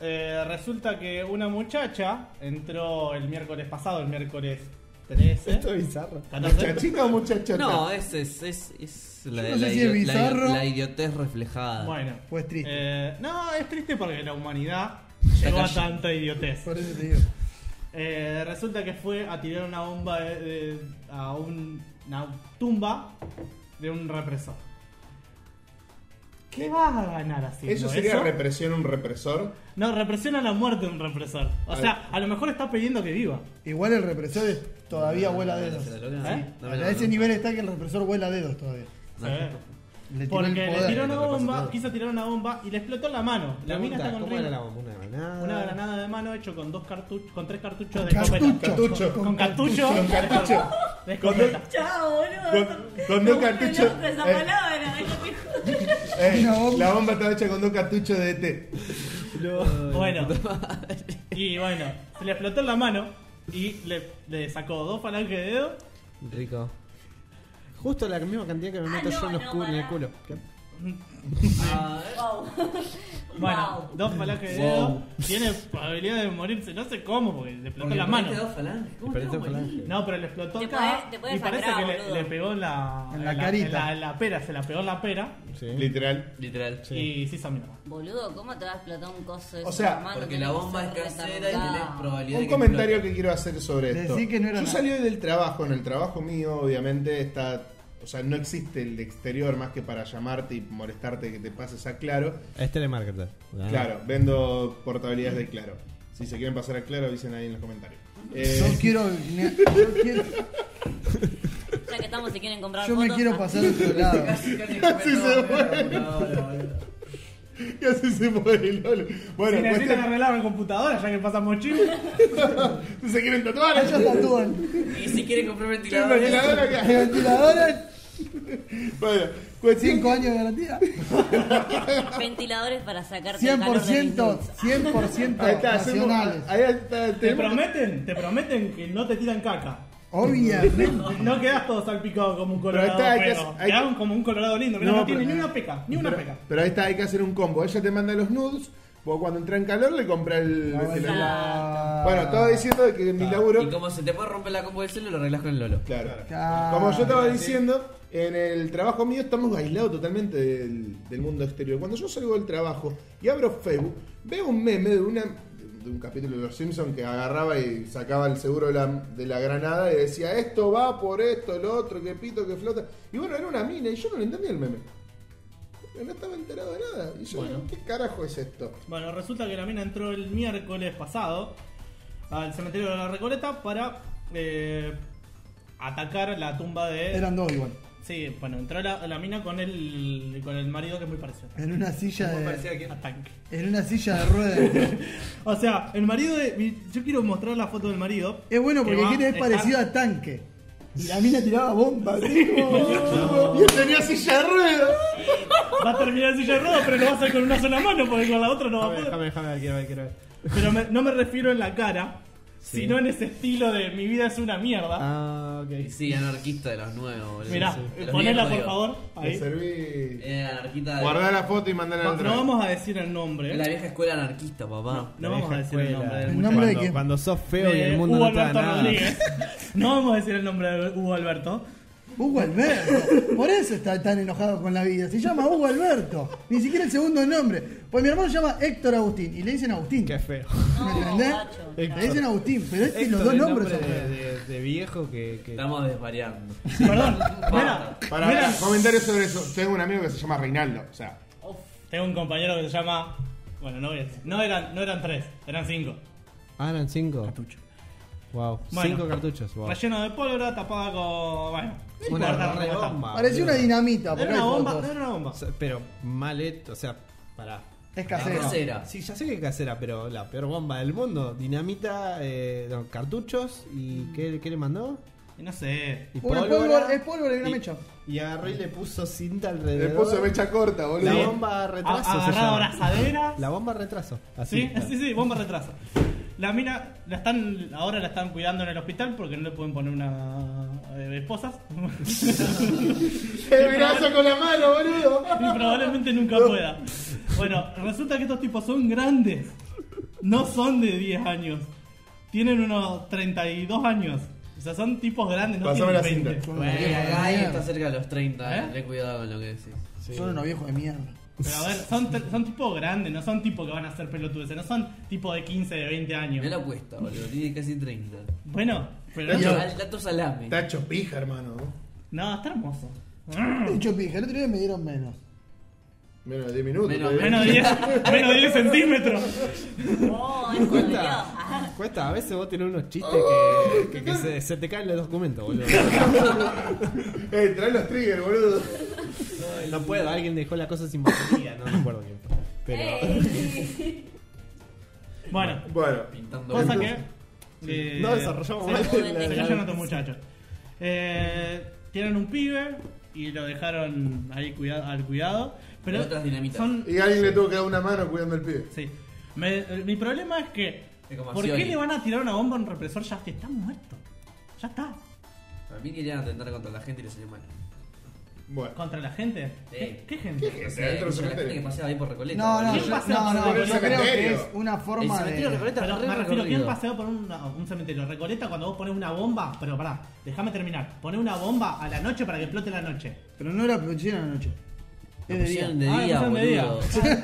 Eh, resulta que una muchacha entró el miércoles pasado, el miércoles 13. Esto es bizarro. 14. ¿Muchachita o muchachota? No, es, es, es, es la, Yo no sé la si idio- es la- bizarro. la idiotez reflejada. Bueno. Pues triste. Eh, no, es triste porque la humanidad Ya llegó a cayó. tanta idiotez. Por eso te digo. Eh, resulta que fue a tirar una bomba de- de- a un- una tumba de un represor. ¿Qué vas a ganar haciendo ¿Eso sería represión un represor? No, represiona la muerte de un represor. O A sea, a lo mejor está pidiendo que viva. Igual el represor es- todavía vuela dedos. ¿Eh? No, a no, ese no. nivel está que el represor vuela dedos todavía. No. ¿sabes? Le tiró Porque el le poder. tiró una el represor. bomba, quiso tirar una bomba y le explotó en la mano. La mina está con ¿Cómo era rin- la bomba? Una granada. una granada de mano hecho con dos cartuchos, con tres cartuchos de escopeta. Cartucho. Cartucho. Con cartucho. Con cartucho. De escopeta. Chao, boludo. Con- con dos Me cartuchos, vuelve loco esa eh. palabra, ay, no te juro. Eh, Una bomba. La bomba estaba hecha con dos cartuchos de E ET. Bueno, y bueno, se le explotó en la mano y le, le sacó dos falanges de dedo. Rico. Justo la misma cantidad que me Ah, meto yo no, en, los no, cu- en el pará. culo. ¿Qué? eh, Ah, Wow. Bueno, Wow. dos falanges de Wow. dedo. Tiene probabilidad de morirse, no sé cómo, porque le explotó porque en la ponete mano. eh, dos falanges, ¿cómo Parece te un vas a morir? falange. No, pero le explotó Te acá puede- te puede y parece sangrar, que le, boludo. le pegó en la, En la carita. En la, en la pera, se la pegó en la pera Sí. Literal. Literal. y se hizo mierda. Boludo, ¿cómo te va a explotar un coso de O eso sea, en mano? Porque Tenés la que bomba es ser casera y tenés retardado. probabilidad de Un que comentario explote. que quiero hacer sobre esto. Decí que no era Yo nada. salí hoy del trabajo. En el trabajo mío, obviamente, está. O sea, no existe el exterior más que para llamarte y molestarte que te pases a Claro. Es telemarketer. Ah. Claro, vendo portabilidades de Claro. Si se quieren pasar a Claro, avisen ahí en los comentarios. Eh, Yo quiero. Yo, quiero- Ya que estamos, si quieren comprar yo me fotos, quiero ah, pasar a otro lado. Casi se muere. muere. Casi se muere el Lolo. Bueno, si necesitan cuestión- arreglar la computadora, ya que pasamos chivo. se quieren tatuar. Ellos tatúan. Y si quiere comprar Tiene un ventiladores. ventilador acá. El ventilador, Bueno, cuestión- 5 años de garantía. Ventiladores para sacarte el calor de 100%, mis nudes. 100% Ahí está, hacemos- nacionales. ahí está, Te tenemos- prometen, te prometen que no te tiran caca. Obviamente. No quedas todo salpicado como un colorado, está, pero, hay que hacer- hay- quedás como un colorado lindo. Mirá, No, no, tiene pero- ni una peca, ni una pero, peca. pero ahí está, hay que hacer un combo. Ella te manda los nudes, vos cuando entra en calor le compra el ventilador. Bueno, estaba diciendo de que en mi laburo. Y como se te puede romper la compu del celu, lo arreglas con el Lolo. Claro. Claro. Como yo estaba diciendo, en el trabajo mío estamos aislados totalmente del, del mundo exterior. Cuando yo salgo del trabajo y abro Facebook, veo un meme de una de un capítulo de Los Simpsons que agarraba y sacaba el seguro de la, de la granada y decía esto va por esto, lo otro, que pito, que flota. Y bueno, era una mina y yo no le entendía el meme. No estaba enterado de nada. Y yo, Bueno. ¿qué carajo es esto? Bueno, resulta que la mina entró el miércoles pasado al cementerio de la Recoleta para eh, atacar la tumba de. Eran dos igual. Sí, bueno, entró la, la mina con el, con el marido que es muy parecido. En una silla parecía de. que- A Tank. En una silla de ruedas. O sea, el marido de. Yo quiero mostrar la foto del marido. Es bueno porque Que va- tiene es está- parecido a tanque. Y la mina tiraba bombas. así como- Y él tenía silla de ruedas. Va a terminar en silla de ruedas, pero lo va a hacer con una sola mano porque con la otra no va a Déjame, déjame, poder. déjame ver, quiero ver, quiero ver. Pero me- no me refiero en la cara, sino en ese estilo de mi vida es una mierda. Ah, ok. Sí, anarquista de los nuevos, boludo. Mirá, eh, Sí. De los ponela viejos, por digo. favor. Me Ahí. serví. Eh, anarquista de. Guardá la foto y mandala No, al no vamos a decir el nombre. ¿eh? Es la vieja escuela anarquista, papá. No vamos a decir el nombre del El muchacho. nombre de cuando, quién? cuando sos feo y De el mundo Hugo no te da Alberto nada. Rodríguez. No vamos a decir el nombre de Hugo Alberto. Hugo Alberto. Por eso está tan enojado con la vida. Se llama Hugo Alberto. Ni siquiera el segundo nombre. Pues mi hermano se llama Héctor Agustín. Y le dicen Agustín. Qué feo. No, ¿Me entendés? guacho. Le dicen Agustín, pero este los dos el nombres nombre son de, de- de viejo que. que- Estamos desvariando. Perdón, mira, Para, mira, comentarios sobre eso. Tengo un amigo que se llama Reinaldo. O sea, Oh, tengo un compañero que se llama. Bueno, no, voy a decir- no, eran, no eran tres, eran cinco. Ah, eran cinco. Cartucho. Wow. Bueno. Cinco cartuchos. Wow. Relleno de pólvora, tapada con. Bueno, no Una importa, no importa. rebomba. Ah, Parecía una boludo. dinamita. Era porque una hay bomba, fotos. era una bomba. O sea, Pero mal hecho, o sea, pará. Es La casero. casera. Sí, ya sé que casera, pero la peor bomba del mundo. Dinamita, eh, no, cartuchos y ¿qué, qué le mandó? Y no sé. Y Una pólvora- es pólvora y una mecha. Y agarró y le puso cinta alrededor. le puso mecha corta, La boludo. bomba retraso. se Agarrado llama. abrazadera. La bomba retraso. Así. Sí, sí, sí, bomba retrasa. La mina la están ahora la están cuidando en el hospital porque no le pueden poner una eh, esposas. El brazo Eh, con la mano, boludo. y probablemente nunca pueda. Bueno, resulta que estos tipos son grandes. No son de 10 años. Tienen unos 32 años. O sea, son tipos grandes, no Pasame la tienen cinta. 20. Son unos Güey, viejos de acá ahí mierda. está cerca de los 30, ¿Eh? eh. Ten cuidado con lo que decís. Son unos viejos de mierda. Pero a ver, son, te- son tipos grandes, no son tipos que van a ser pelotudes, no son tipos de 15, de 20 Me la años. apuesta, boludo. Tiene casi 30. Bueno, pero Tacho, al- Tato salame. Está hecho pija, hermano. no, está hermoso. De hecho, pija, el otro día me dieron menos. Menos de 10 minutos. Menos- todavía. Menos de 10, menos de 10 centímetros. Oh, eso dolió. Cuesta, cuesta, a veces vos tenés unos chistes Oh. que, que- que se, se te caen los documentos, boludo. Eh, trae los triggers, boludo. No puedo, alguien dejó la cosa sin batería, no recuerdo quién fue. Pero. Ey. Bueno, Bueno, Pintando cosa boludo. que. eh, No desarrollamos se- más se la- la- callan otros muchachos. Eh, tienen un pibe y lo dejaron ahí cuida- al cuidado. Pero Y otras dinamitas. son. y alguien le tuvo que dar una mano cuidando el pibe. Sí. Me- eh, mi problema es que. Es como ¿Por qué Scioli. le van a tirar una bomba a un represor ya que está muerto? Ya está. A mí querían atentar contra la gente y les salió mal. Bueno. Contra la gente. Sí. ¿Qué, qué gente? No sé, Adentro del la gente cementerio. que paseaba ahí por Recoleta. No, no, boludo. ¿Quién yo, pasea no, por no, el yo creo que cementerio? es una El forma cementerio de de. Recoleta Pero está re me refiero, ¿quién recorrido. paseó por una- un cementerio? Recoleta cuando vos pones una bomba, pero pará, déjame terminar. Poné una bomba a la noche para que explote la noche. Pero no era producción a la noche. La Es de día. pusieron de Ah, la día, pusieron de día. boludo. Eh,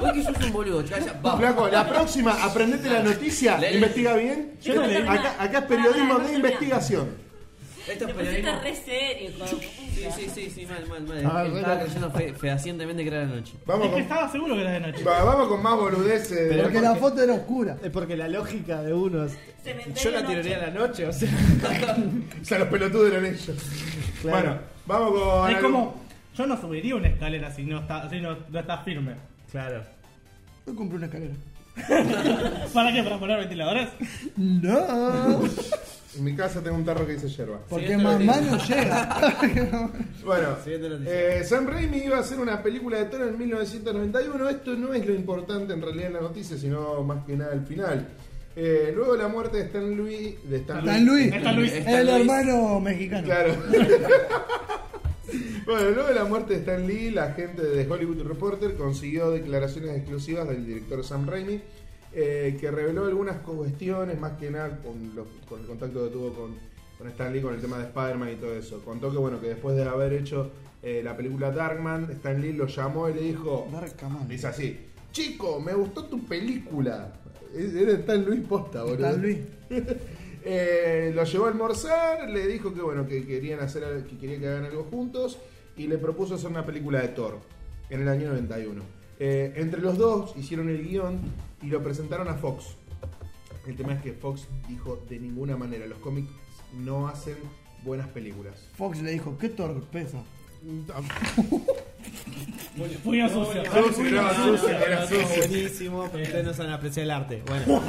Vos que sos un boludo, calla, vamos. Flaco, la próxima, aprendete la noticia, Le- investiga bien. Yo no le- acá, acá es periodismo Pará, pará, de no investigación. Esto Te es pusiste periodismo. re serio, hijo de puta. Sí, sí, sí, sí, mal, mal, mal. Ah, Estaba bueno. creyendo fe- fehacientemente que era la noche. Vamos es que con, estaba seguro que era de noche. va- vamos con más boludeces. Pero Porque la foto era oscura. Es porque la lógica de unos. Cementerio Yo la noche. tiraría a la noche, o sea. O sea, los pelotudos eran ellos. Claro. Bueno, vamos con. Es algo- como, yo no subiría una escalera si no está, si no, no está firme. Claro. Yo compré una escalera. ¿Para qué? ¿Para poner ventiladores? No. En mi casa tengo un tarro que dice yerba. Porque Siguiente mamá noticia. no llega. Bueno, Siguiente noticia. eh, Sam Raimi iba a hacer una película de Thor en 1991. Esto no es lo importante en realidad en la noticia, sino más que nada el final. Eh, luego de la muerte de Stan Louis. De Stan, San Luis. Está Luis. Está El Luis. hermano mexicano. Claro. bueno, luego de la muerte de Stan Lee, la gente de The Hollywood Reporter consiguió declaraciones exclusivas del director Sam Raimi, eh, que reveló algunas cuestiones, más que nada con, lo- con el contacto que tuvo con, con Stan Lee, con el tema de Spider-Man y todo eso. Contó que, bueno, que después de haber hecho eh, la película Darkman, Stan Lee lo llamó y le dijo, Barca, man. dice así, chico, me gustó tu película. Era Stan Louis posta, boludo. San Luis. Eh, lo llevó a almorzar, le dijo que bueno, que querían hacer al- que quería que hagan algo juntos y le propuso hacer una película de Thor en el año 91. Eh, entre los dos hicieron el guión y lo presentaron a Fox. El tema es que Fox dijo de ninguna manera, los cómics no hacen buenas películas. Fox le dijo, qué torpeza. Puño sucio. Sucio, era sucio, era No, sucio. buenísimo, pero ustedes no saben apreciar el arte. Bueno,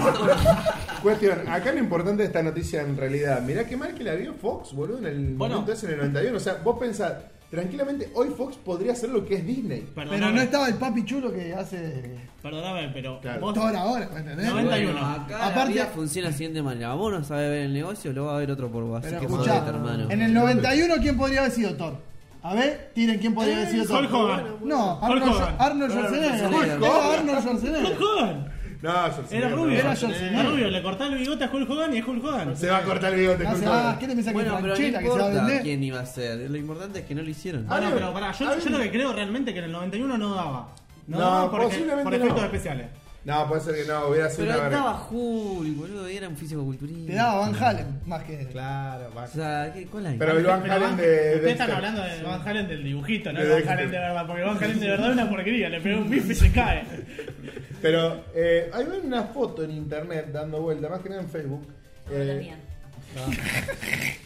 Cuestión, acá lo importante de esta noticia en realidad, mirá qué mal que la vio Fox, boludo, en el Bueno. momento ese, en el 91. O sea, vos pensás, tranquilamente hoy Fox podría hacer lo que es Disney. Pero no Perdóname, estaba el papi chulo que hace perdóname, pero Claro. vos... toda la hora, ¿me entendés? No, 91. Bueno, acá Aparte- la vida funciona de la siguiente manera. Vos no sabés ver el negocio, lo va a ver otro por vos. Así Pero que escuchá, jodete, hermano. en el 91, ¿quién podría haber sido Thor? A ver, tiren, ¿quién podría haber sido Thor? Hulk Hogan. No, Hulk Arnold, Hogan. Arnold Schwarzenegger. Hulk Era Arnold Hogan. Schwarzenegger. ¡Jodan! No, Schwarzenegger Era no. rubio. Era Era Schwarzenegger. rubio. Le cortás el bigote a Hulk Hogan y es Hulk Hogan. Se va a cortar el bigote. Ah, se culpa. va, ¿Qué te pensás que es Bueno, pero no Franchella que se va a importa vender? quién iba a ser. Lo importante es que no lo hicieron. Bueno, Ah, pero pará, yo, ah, yo lo que creo realmente es que en el 91 no daba. No, No, daba porque- posiblemente por efectos no. especiales. No, puede ser que no, hubiera sido Pero una verga. estaba Hulk, boludo. Era un físico culturista. Te daba Van Halen, más que. Claro, va. O sea, ¿qué- ¿cuál hay? Pero el Van Pero Halen Van- de. Ustedes están Dexter. este. hablando de Van Halen del dibujito, no De de Van Dexter. Halen de verdad, porque Van Halen de verdad es una porquería, le pegó un bife y se cae. Pero eh, hay una foto en internet dando vuelta, más que nada en Facebook. Como la eh, mía.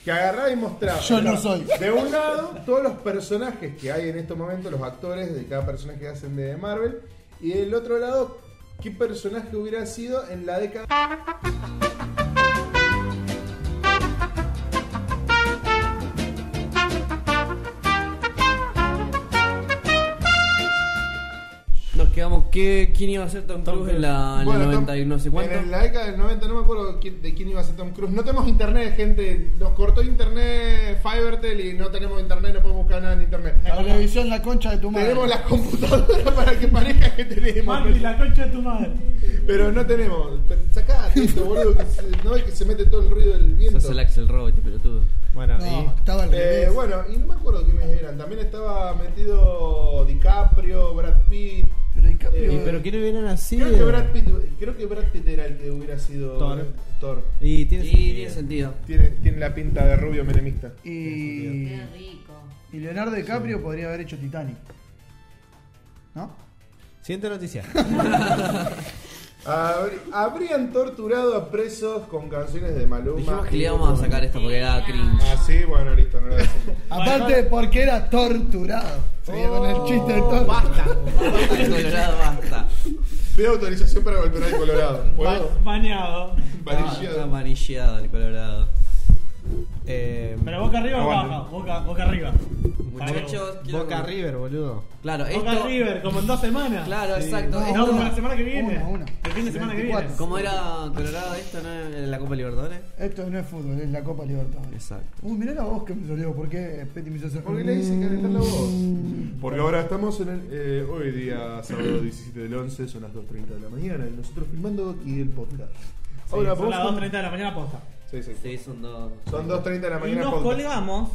que agarraba y mostraba. Yo no soy. De un lado, todos los personajes que hay en estos momentos, los actores de cada personaje que hacen de Marvel. Y del otro lado, qué personaje hubiera sido en la década. Nos quedamos. ¿qué, ¿Quién iba a ser Tom, Cruise en la, en Bueno, la Tom- 90 y no sé cuánto? En la década del 90, no me acuerdo quién- de quién iba a ser Tom Cruise. No tenemos internet, gente. Nos cortó internet Fivertel y no tenemos internet, no podemos buscar nada en internet. La televisión, la concha de tu madre. Tenemos las computadoras para que parezca que tenemos. Marty, la concha de tu madre. Pero no tenemos. Pero Sacá esto, boludo. Que se, no es que se mete todo el ruido del viento. Sos el Axel Robot, pelotudo. Bueno, No, estaba al Eh, revés. bueno, y no me acuerdo quiénes eran. También estaba metido DiCaprio, Brad Pitt. Pero DiCaprio- y. eh, y pero que no hubieran así. Creo que, Brad Pitt, creo que Brad Pitt era el que hubiera sido eh, Thor. Thor. Y Y tiene tiene sentido. Tiene, tiene la pinta de rubio menemista. Y. Qué rico. Y Leonardo DiCaprio podría haber hecho Titanic. ¿No? Siguiente noticia. Habr- Habrían torturado a presos con canciones de Maluma. Dijimos que le íbamos a sacar esto porque era cringe. Ah, sí, bueno, listo, no lo decimos. Aparte porque era torturado. Seguía con el chiste de torturado. Basta, Colorado, basta. Pido autorización para golpear al Colorado. ¿Puedo? Bañado. No, está Varillado. Ah, amarillado el Colorado. Eh, Pero boca arriba o Aguante. baja, boca, boca arriba. Muchachos, quiero- Boca River, boludo. Claro, Boca esto. River, como en dos semanas. Claro, exacto. No, No, esto- como la semana que viene. Una, una. El fin de semana que viene. 24. ¿Cómo era Colorado esto, no? En la Copa Libertadores. Esto no es fútbol, es la Copa Libertadores. Exacto. Uy, mirá la voz que me salió, ¿por qué Petty me hizo hacer? ¿Por qué le dicen calentar la voz? Porque ahora estamos en el. eh, hoy día, sábado 17 del 11, son las 2.30 de la mañana y nosotros filmando aquí el podcast. Sí, Ahora, son las vos- 2.30 de la mañana posta. Sí, sí. Sí, son dos. Son 2.30 de la Y mañana nos podcast. colgamos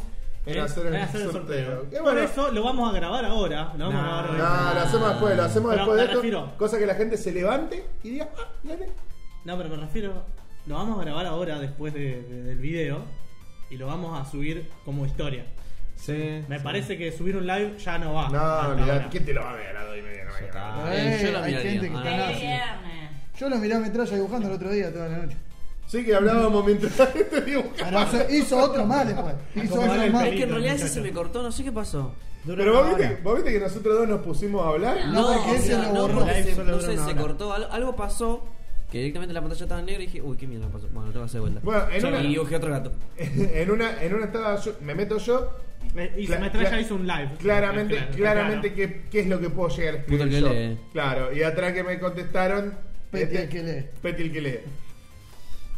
En ¿Eh? hacer el sorteo. Qué Por bueno. eso lo vamos a grabar ahora. Lo vamos a grabar No, ahora. lo hacemos después, lo hacemos Pero después de me esto. refiero- Cosa que la gente se levante y diga, ah, dale. No, pero me refiero. Lo vamos a grabar ahora después de- de- del video. Y lo vamos a subir como historia. Sí. Me parece que subir un live ya Ah, no va. hasta No, mirá, ahora. ¿quién te lo va a ver a las 2 y media de la mañana? Eh, yo lo hay miraría. gente que Ah, está no. Feliz nazi. viernes. Yo lo miré a metralla dibujando el otro día toda la noche. Sí, que hablábamos mientras este la gente dibujaba. Pero se- hizo otro más después. Hizo Acomodale otro el más. Es que en Listo, realidad ese muchachos. se me cortó, no sé qué pasó. Pero vos viste, vos viste que nosotros dos nos pusimos a hablar. No, porque o ese sea, lo no, borró. porque Live se- no solo dura sé, una se hora. cortó. Algo, algo pasó que directamente la pantalla estaba en negro y dije, uy, qué mierda pasó. Bueno, lo tengo que hacer de vuelta. Bueno, en Sí, una- Y dibujé otro gato. en una, en una estaba yo, me meto yo. Me- Y Cla- se me trae cla- ya hizo un live. Claramente, Claro, claramente claro. qué, qué es lo que puedo llegar a escribir Puto que yo. lee. Claro, y atrás que me contestaron Petty este, el que lee. Petty el que lee.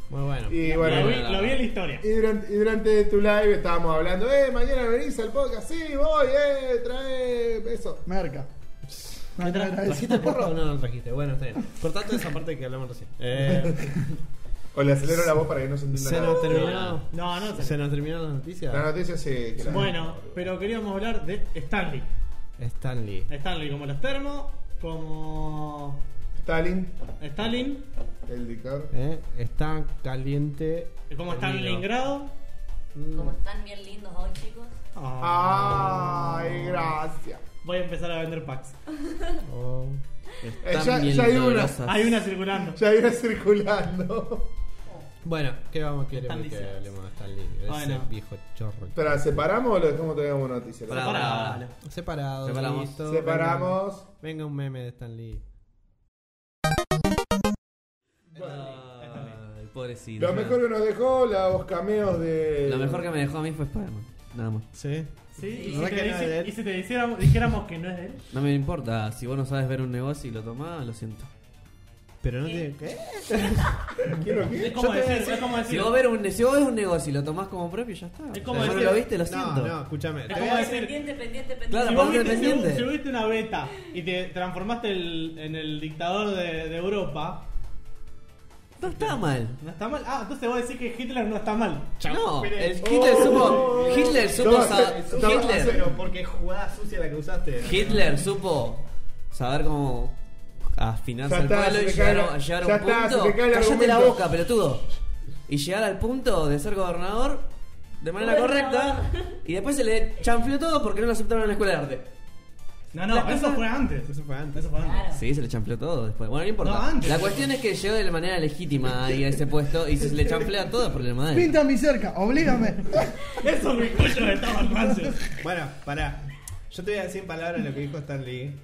Muy bueno. Y lo, bueno, vi, lo vi en la historia. y durante, y durante tu live estábamos hablando, eh, mañana venís al podcast, sí, voy, eh, trae eso. Merca. No, no, no, es- ¿Trajiste porro o no lo trajiste? Bueno, está bien. Cortate esa parte que hablamos recién. Eh, O le acelero la voz para que no se entienda se nada. nos terminó. No, no sé. Se nos terminaron las noticias. La noticia sí. que la- Bueno, pero queríamos hablar de Stanley. Stanley. Stanley como los termos, como Stalin, Stalin, el dictador. Eh, está caliente. como el hilo. Stalingrado. Como están bien lindos hoy, chicos. Ay, gracias. Voy a empezar a vender packs. Oh. Eh, Están ya- bien ya hay una. dolorosas. Hay una circulando. Ya iba circulando. Bueno, ¿qué vamos a querer Están que diciendo. hablemos de Stanley? Ese Bueno. viejo chorro. ¿Pero separamos o lo dejamos todavía como noticia? Pará, Separado, pará, dale. pará. Separados. Separamos. listo. Separamos. Venga, venga un meme de Stanley. Ay, pobrecito. Lo mejor que nos dejó, la- los cameos de. Lo mejor que me dejó a mí fue Spider-Man. Nada más. Sí. Sí, y ¿Verdad si, que te no es de dice- él? y si te dijéramos, dijéramos que no es de él. No me importa, si vos no sabes ver un negocio y lo tomás, lo siento. Pero no tiene. ¿Qué? Quiero que- Es como te voy a decir, es como Si decir. vos, ver un, si vos ves un negocio y lo tomás como propio, ya está. Es como Si vos no decir- lo viste, lo siento. No, no, escúchame. Es te como voy a- decir- Pendiente, pendiente, pendiente. Claro, Si ¿por vos, qué viste, si vos- depende? si vos viste una beta y te transformaste el- en el dictador de, de Europa, No está mal. No está mal. Ah, entonces vos decís que Hitler no está mal. No, el Hitler Oh. supo. Oh. Hitler supo. sa- Hitler, Pero porque jugada sucia la que usaste. Hitler supo saber cómo afinarse Ya al está, pueblo se y te cae llegar, a- la- llegar a ya un está, se punto. te cae el Cállate la argumento. boca, pelotudo. Y llegar al punto de ser gobernador de manera Gobernador. correcta. Y después se le chanfleó todo porque no lo aceptaron en la escuela de arte. No, no, La eso cosa- fue antes. Eso fue antes. Eso fue antes. Claro. Sí, se le chanfleó todo después. Bueno, no importa. No, antes. La cuestión es que llegó de la manera legítima ahí a ese puesto y se le chanflea todo por la madre. Pinta mi cerca, oblígame. Eso mi cuello de estaban rancios. Bueno, pará. Yo te voy a decir en palabras lo que dijo Stan Lee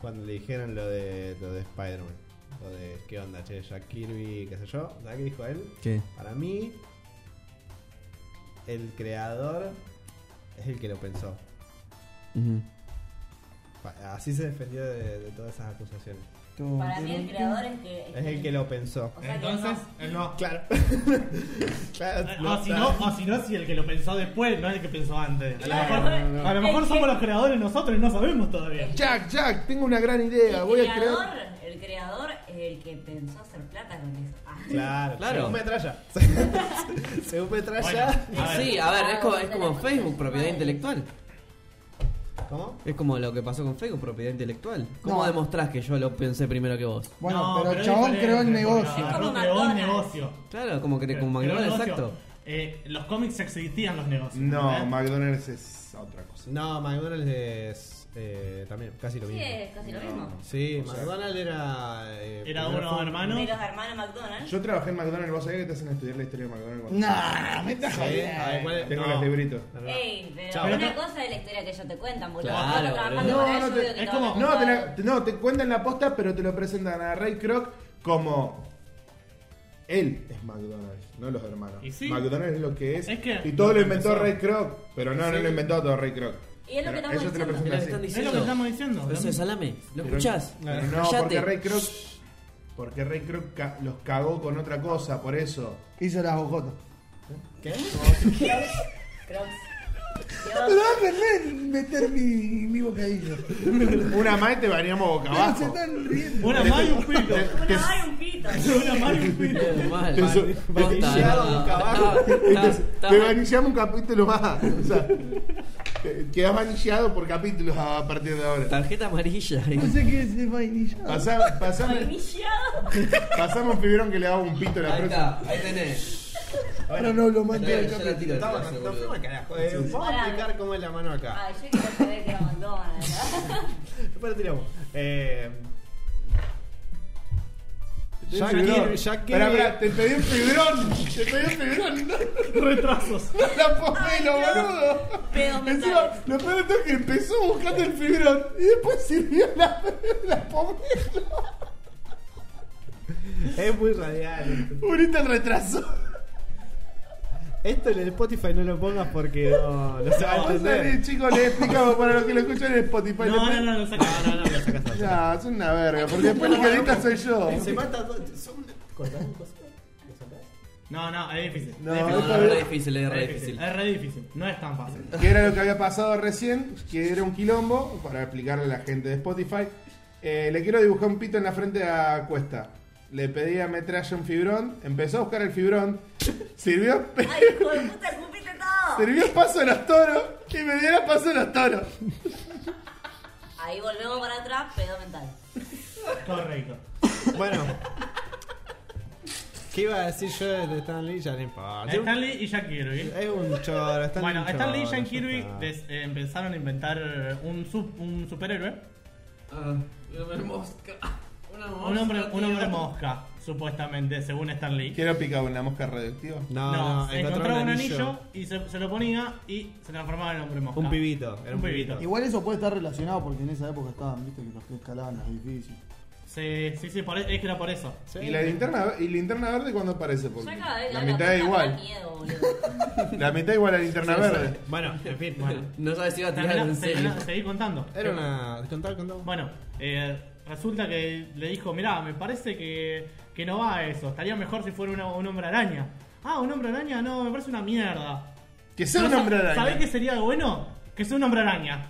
cuando le dijeron lo de, lo de Spider-Man. Lo de qué onda, che, Jack Kirby, qué sé yo. ¿Sabes qué dijo él? ¿Qué? Para mí, el creador es el que lo pensó. Ujú. Pa- Así se defendió de, de todas esas acusaciones. Para mí el creador es que. Es el que lo pensó. O sea, Entonces, que él no. Claro. Ah, claro O si no, o si no, si el que lo pensó después, no es el que pensó antes. A lo Claro. mejor, No, no, no. a lo mejor somos los creadores nosotros y no sabemos todavía. Jack, Jack, tengo una gran el idea. Voy a creador, crear. el creador es el que pensó hacer plata con eso. Ah. Claro, Claro. Según metralla. según metralla. Bueno, a ver. Sí, a ver, es como, es como Facebook, propiedad intelectual. ¿Cómo? Es como lo que pasó con Facebook, propiedad intelectual. ¿Cómo No. demostrás que yo lo pensé primero que vos? Bueno, No, pero el es chabón diferente, creó el porque negocio. Es agarró, como creó el McDonald's. negocio. Claro, como que te como Creó el McDonald's, negocio. exacto. Eh, los cómics existían los negocios. No, ¿eh? McDonald's es otra cosa. No, McDonald's es eh, también casi lo Sí, mismo. es casi lo mismo. Sí, O sea, McDonald's era. eh, Era primero uno fue un- hermano. De los hermanos McDonald's. Yo trabajé en McDonald's, vos sabés que te hacen estudiar la historia de McDonald's. cuando- Nah, me estás Sí, a ver, jodiendo. ¿cuál es? Tengo No. los libritos. Verdad. Ey, pero Chao. una cosa es la historia que ellos te cuentan, boludo. Claro, Nosotros trabajando boludo. para No, ellos, no te- obvio que es te como- van a No, te, contar. la- te- no, te cuentan la posta, pero te lo presentan a Ray Kroc como. Él es McDonald's, no los hermanos. Y sí. McDonald's es lo que es. Es que- y todo lo inventó empezó. Ray Kroc, pero no, no lo inventó todo Ray Kroc. Y es lo Pero que estamos eso te lo diciendo. Mirá, presentan ¿qué están así. Es diciendo? lo que estamos diciendo. Eso es salame. ¿Lo Pero- escuchás? pero no, Callate. porque Ray Kroc. Porque Ray Kroc ca- los cagó con otra cosa, por eso. Hizo las bojotas. Dios. Pero déjame meter mi, mi bocadillo. Una más y te bañamos boca Pero se abajo. están riendo. Una Mario un pito. Una vara y un pito. Una Mario un pito. Qué mal. Te su- Basta, te llevaron no, boca abajo. no, no, Entonces, está te mal. vanillamos un capítulo más. O sea, te- quedas vanillado por capítulos a partir de ahora. Tarjeta amarilla. No sé qué es de vainilla. Pasá- pasame, Vainillado. pasame un fibrón que le hago un pito la Ahí próxima. está, ahí tenés. Ahora no hablo más Yo de la tiro del Estamos brazo, en boludo. forma, carajo. Eh, Vamos a Pará. explicar cómo es la mano acá. Ay, yo quiero saber que era McDonald's. Después lo tiramos. Eh, Jack Fibrón. Kirby, Jack Kirby. Pará, pará, te pedí un fibrón. Te pedí un fibrón. Retrasos. La pomelo, Ay, no. boludo. Pedos Encima, mentales. lo peor de todo es que empezó buscando el fibrón y después sirvió la, la pomelo. Es muy radial. Ahorita el retraso. Esto en el Spotify no lo pongas porque no, no se va a Vamos a entender. ver, chicos, les explicamos para los que lo escuchan en Spotify. No, Les- no, no, lo sacamos. No, no, no, lo sacamos. No, es una verga, porque después lo que edita soy yo. Se mata todo. Son... ¿Cortás un coso? ¿Lo sacás? No, no, es difícil. No, es No, difícil. no, es re difícil, es re Es difícil. Es re difícil. Ah. No es tan fácil. Que era lo que había pasado recién, que era un quilombo, para explicarle a la gente de Spotify. Eh, le quiero dibujar un pito en la frente a Cuesta. Le pedí a Metralla un fibrón, empezó a buscar el fibrón, sirvió, Ay, hijo de puta, escupiste todo. sirvió paso a los toros y me dieron paso a los toros. Ahí volvemos para atrás, pedo mental. Correcto. Bueno. ¿Qué iba a decir yo de Stan Lee? Ya no importa. Stanley y Jack Kirby. Es un choro. Stan Bueno, Lee un Stanley y choro, Jack ya Kirby está. des- eh, empezaron a inventar eh, un, sup- un superhéroe. Ah, una hombre mosca. Ah, Una Un hombre, mosca, un hombre tío. mosca, supuestamente, según Stanley. Quiero picar una mosca radioactiva. No, No, no, se encontraba un anillo, y se, se lo ponía y se transformaba en hombre mosca. Un pibito. Era Un pibito. Igual eso puede estar relacionado porque en esa época estaban, viste, que los que escalaban los edificios. Sí, sí, sí, por e- es que era por eso. Sí. ¿Y la linterna, y linterna verde cuándo aparece? Porque Yo cada vez que la veo mitad es puta me da igual. miedo, boludo. La mitad igual a la linterna verde. Bueno, en fin. Bueno. No sabes si iba a tirar Termina- en serio. termina- seguí contando. Era una. Contá, contá. Bueno, eh, resulta que le dijo, mirá, me parece que, que no va eso, estaría mejor si fuera una- un hombre araña. Ah, un hombre araña, no, me parece una mierda. Que sea Pero un sa- hombre araña. ¿Sabés qué sería bueno? Que sea un hombre araña.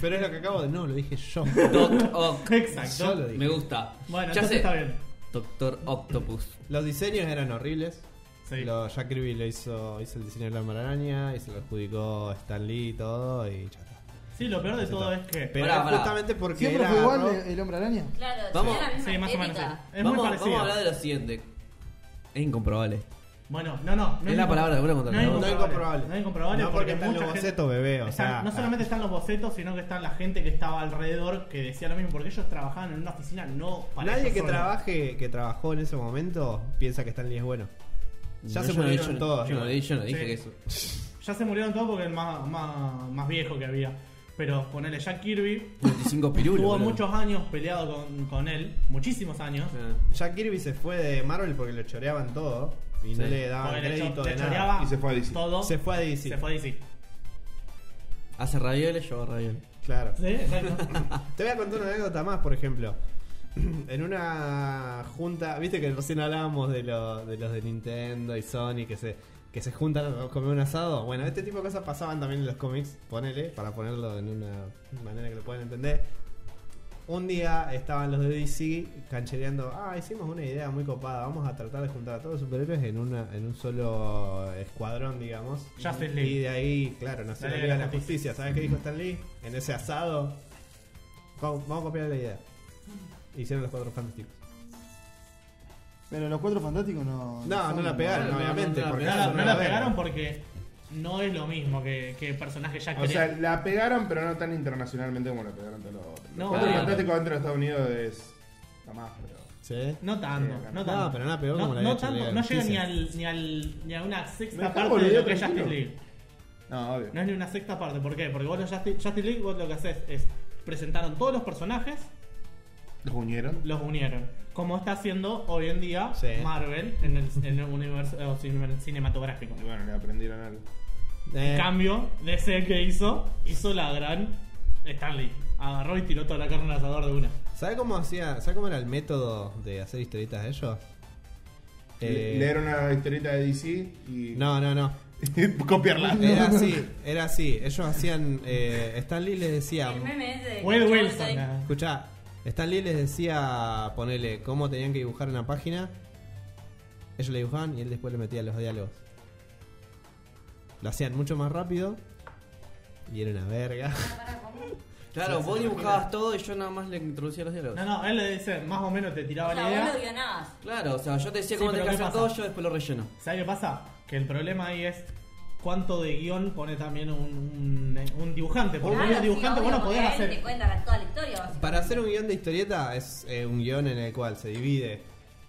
Pero es lo que acabo de. No, lo dije yo. Dot Ock. Exacto. Yo lo dije. Me gusta. Bueno, ya entonces sé. está bien. Doctor Octopus. Los diseños eran horribles. Sí. Lo- Jack Kirby le hizo, hizo el diseño del hombre araña y se lo adjudicó Stan Lee y todo y ya está. Sí, lo peor de todo es que. Pero Pará, era pará. justamente porque ¿Siempre era fue igual rock- eh, el- el hombre araña? Claro, Vamos. tiene la misma Sí, más o menos. estética. sí. Es vamos, muy vamos parecido. a hablar de lo siguiente. Es incomprobable. Bueno, no, no. no Es la incom- palabra de una contra no la es otra. No incomprobable. No es incomprobable No, porque porque, están mucha los gente- bocetos, bebé, o Están- sea, ah. no solamente están los bocetos, sino que está la gente que estaba alrededor que decía lo mismo, porque ellos trabajaban en una oficina no para Nadie ellos que solos. trabaje, que trabajó en ese momento, piensa que Stan Lee es bueno. Ya No, se yo no murieron dije- todos. Yo no, dije- yo no dije Sí. que eso. Ya se murieron todos porque el más, más, más viejo que había. Pero ponele Jack Kirby. 25 pirulos. Tuvo boludo. muchos años peleado con, con él, muchísimos años. Ah. Jack Kirby se fue de Marvel porque le choreaban todo y no Sí. le daban Porque le, Ah, crédito cho- de le nada. choreaba Y se fue a DC. todo. Se fue a DC. Se fue a DC. Hace ravioles, yo hago ravioles. Claro. Sí, exacto. Te voy a contar una anécdota más, por ejemplo. En una junta, viste que recién hablábamos de, lo- de los de Nintendo y Sony que se, que se juntan a comer un asado. Bueno, este tipo de cosas pasaban también en los cómics, ponele, para ponerlo en una manera que lo puedan entender. Un día estaban los de DC canchereando, ah, hicimos una idea muy copada, vamos a tratar de juntar a todos los superhéroes en, una, en un solo escuadrón, digamos. Justice League. Y de ahí, claro, nació La la Liga Liga de de la la Justicia. ¿Sabes qué dijo Stan Lee? En ese asado Vamos, vamos a copiar la idea. Hicieron los cuatro fantásticos. Pero los cuatro fantásticos no. No, no son- la pegaron, no, no, obviamente. no la porque No la, eso no era la verga. pegaron porque no es lo mismo que, que personaje Jack O Kirby. sea, la pegaron, pero no tan internacionalmente como la pegaron todos los otros. No, No, Cuatro claro. Fantásticos dentro de Estados Unidos es. Está más, pero. Sí. no tanto, Sí, acá no no. tanto. No, pero no la pegó no, como la no había hecho tanto, Liga de no llega ni Justicia. al, ni al ni a una Me sexta dejá parte de boludear lo que es tranquilo. Justice League. No, obvio. No es ni una sexta parte, ¿por qué? Porque vos en Justice, Justice League vos lo que haces es presentaron todos los personajes, ¿Los unieron? los unieron. Como está haciendo hoy en día Sí. Marvel en el, en el universo eh, cine- cinematográfico. Y bueno, le aprendieron algo. Eh, En cambio, DC que hizo, hizo la gran Stanley. Agarró y tiró toda la carne al asador de una. ¿Sabe cómo hacía? ¿Sabe cómo era el método de hacer historietas de ellos? Eh, Leer una historieta de DC y. No, no, no. copiarla. Era así, era así. Ellos hacían. Eh, Stan Lee les decía. El meme ese de Will que Wilson. soy- nada. Escuchá, Stan Lee les decía, ponele, cómo tenían que dibujar una página. Ellos le dibujaban y él después le metía los diálogos. Lo hacían mucho más rápido. Y era una verga. Claro, vos dibujabas todo y yo nada más le introducía los diálogos. No, no, él le dice, más o menos te tiraba O sea, la vos lo idea. guionabas. Claro, o sea, yo te decía Sí, cómo pero te ¿qué casas pasa? todo, yo después lo relleno. ¿Sabes qué pasa? Que el problema ahí es cuánto de guión pone también un, un, un dibujante. Porque Claro, un sí, dibujante obvio, bueno porque podés él te hacer. cuenta toda la historia, básicamente. Para hacer un guión de historieta es eh, un guión en el cual se divide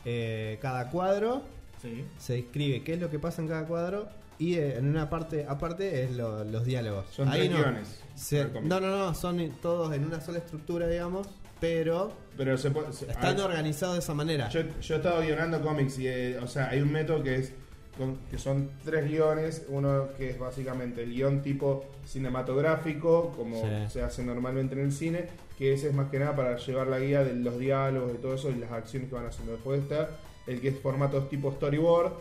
eh, cada cuadro, Sí. se describe qué es lo que pasa en cada cuadro y eh, en una parte aparte es lo- los diálogos. Son Ahí tres no. guiones. Se- Al comienzo. no, no, no, son todos en una sola estructura, digamos, pero Pero se puede. se- están hay- organizados de esa manera. Yo, yo he estado guionando cómics y, eh, o sea, hay un método que es con- que son tres guiones, uno que es básicamente el guión tipo cinematográfico, como Sí. se hace normalmente en el cine, que ese es más que nada para llevar la guía de los diálogos y todo eso y las acciones que van haciendo después está el que es formato tipo storyboard,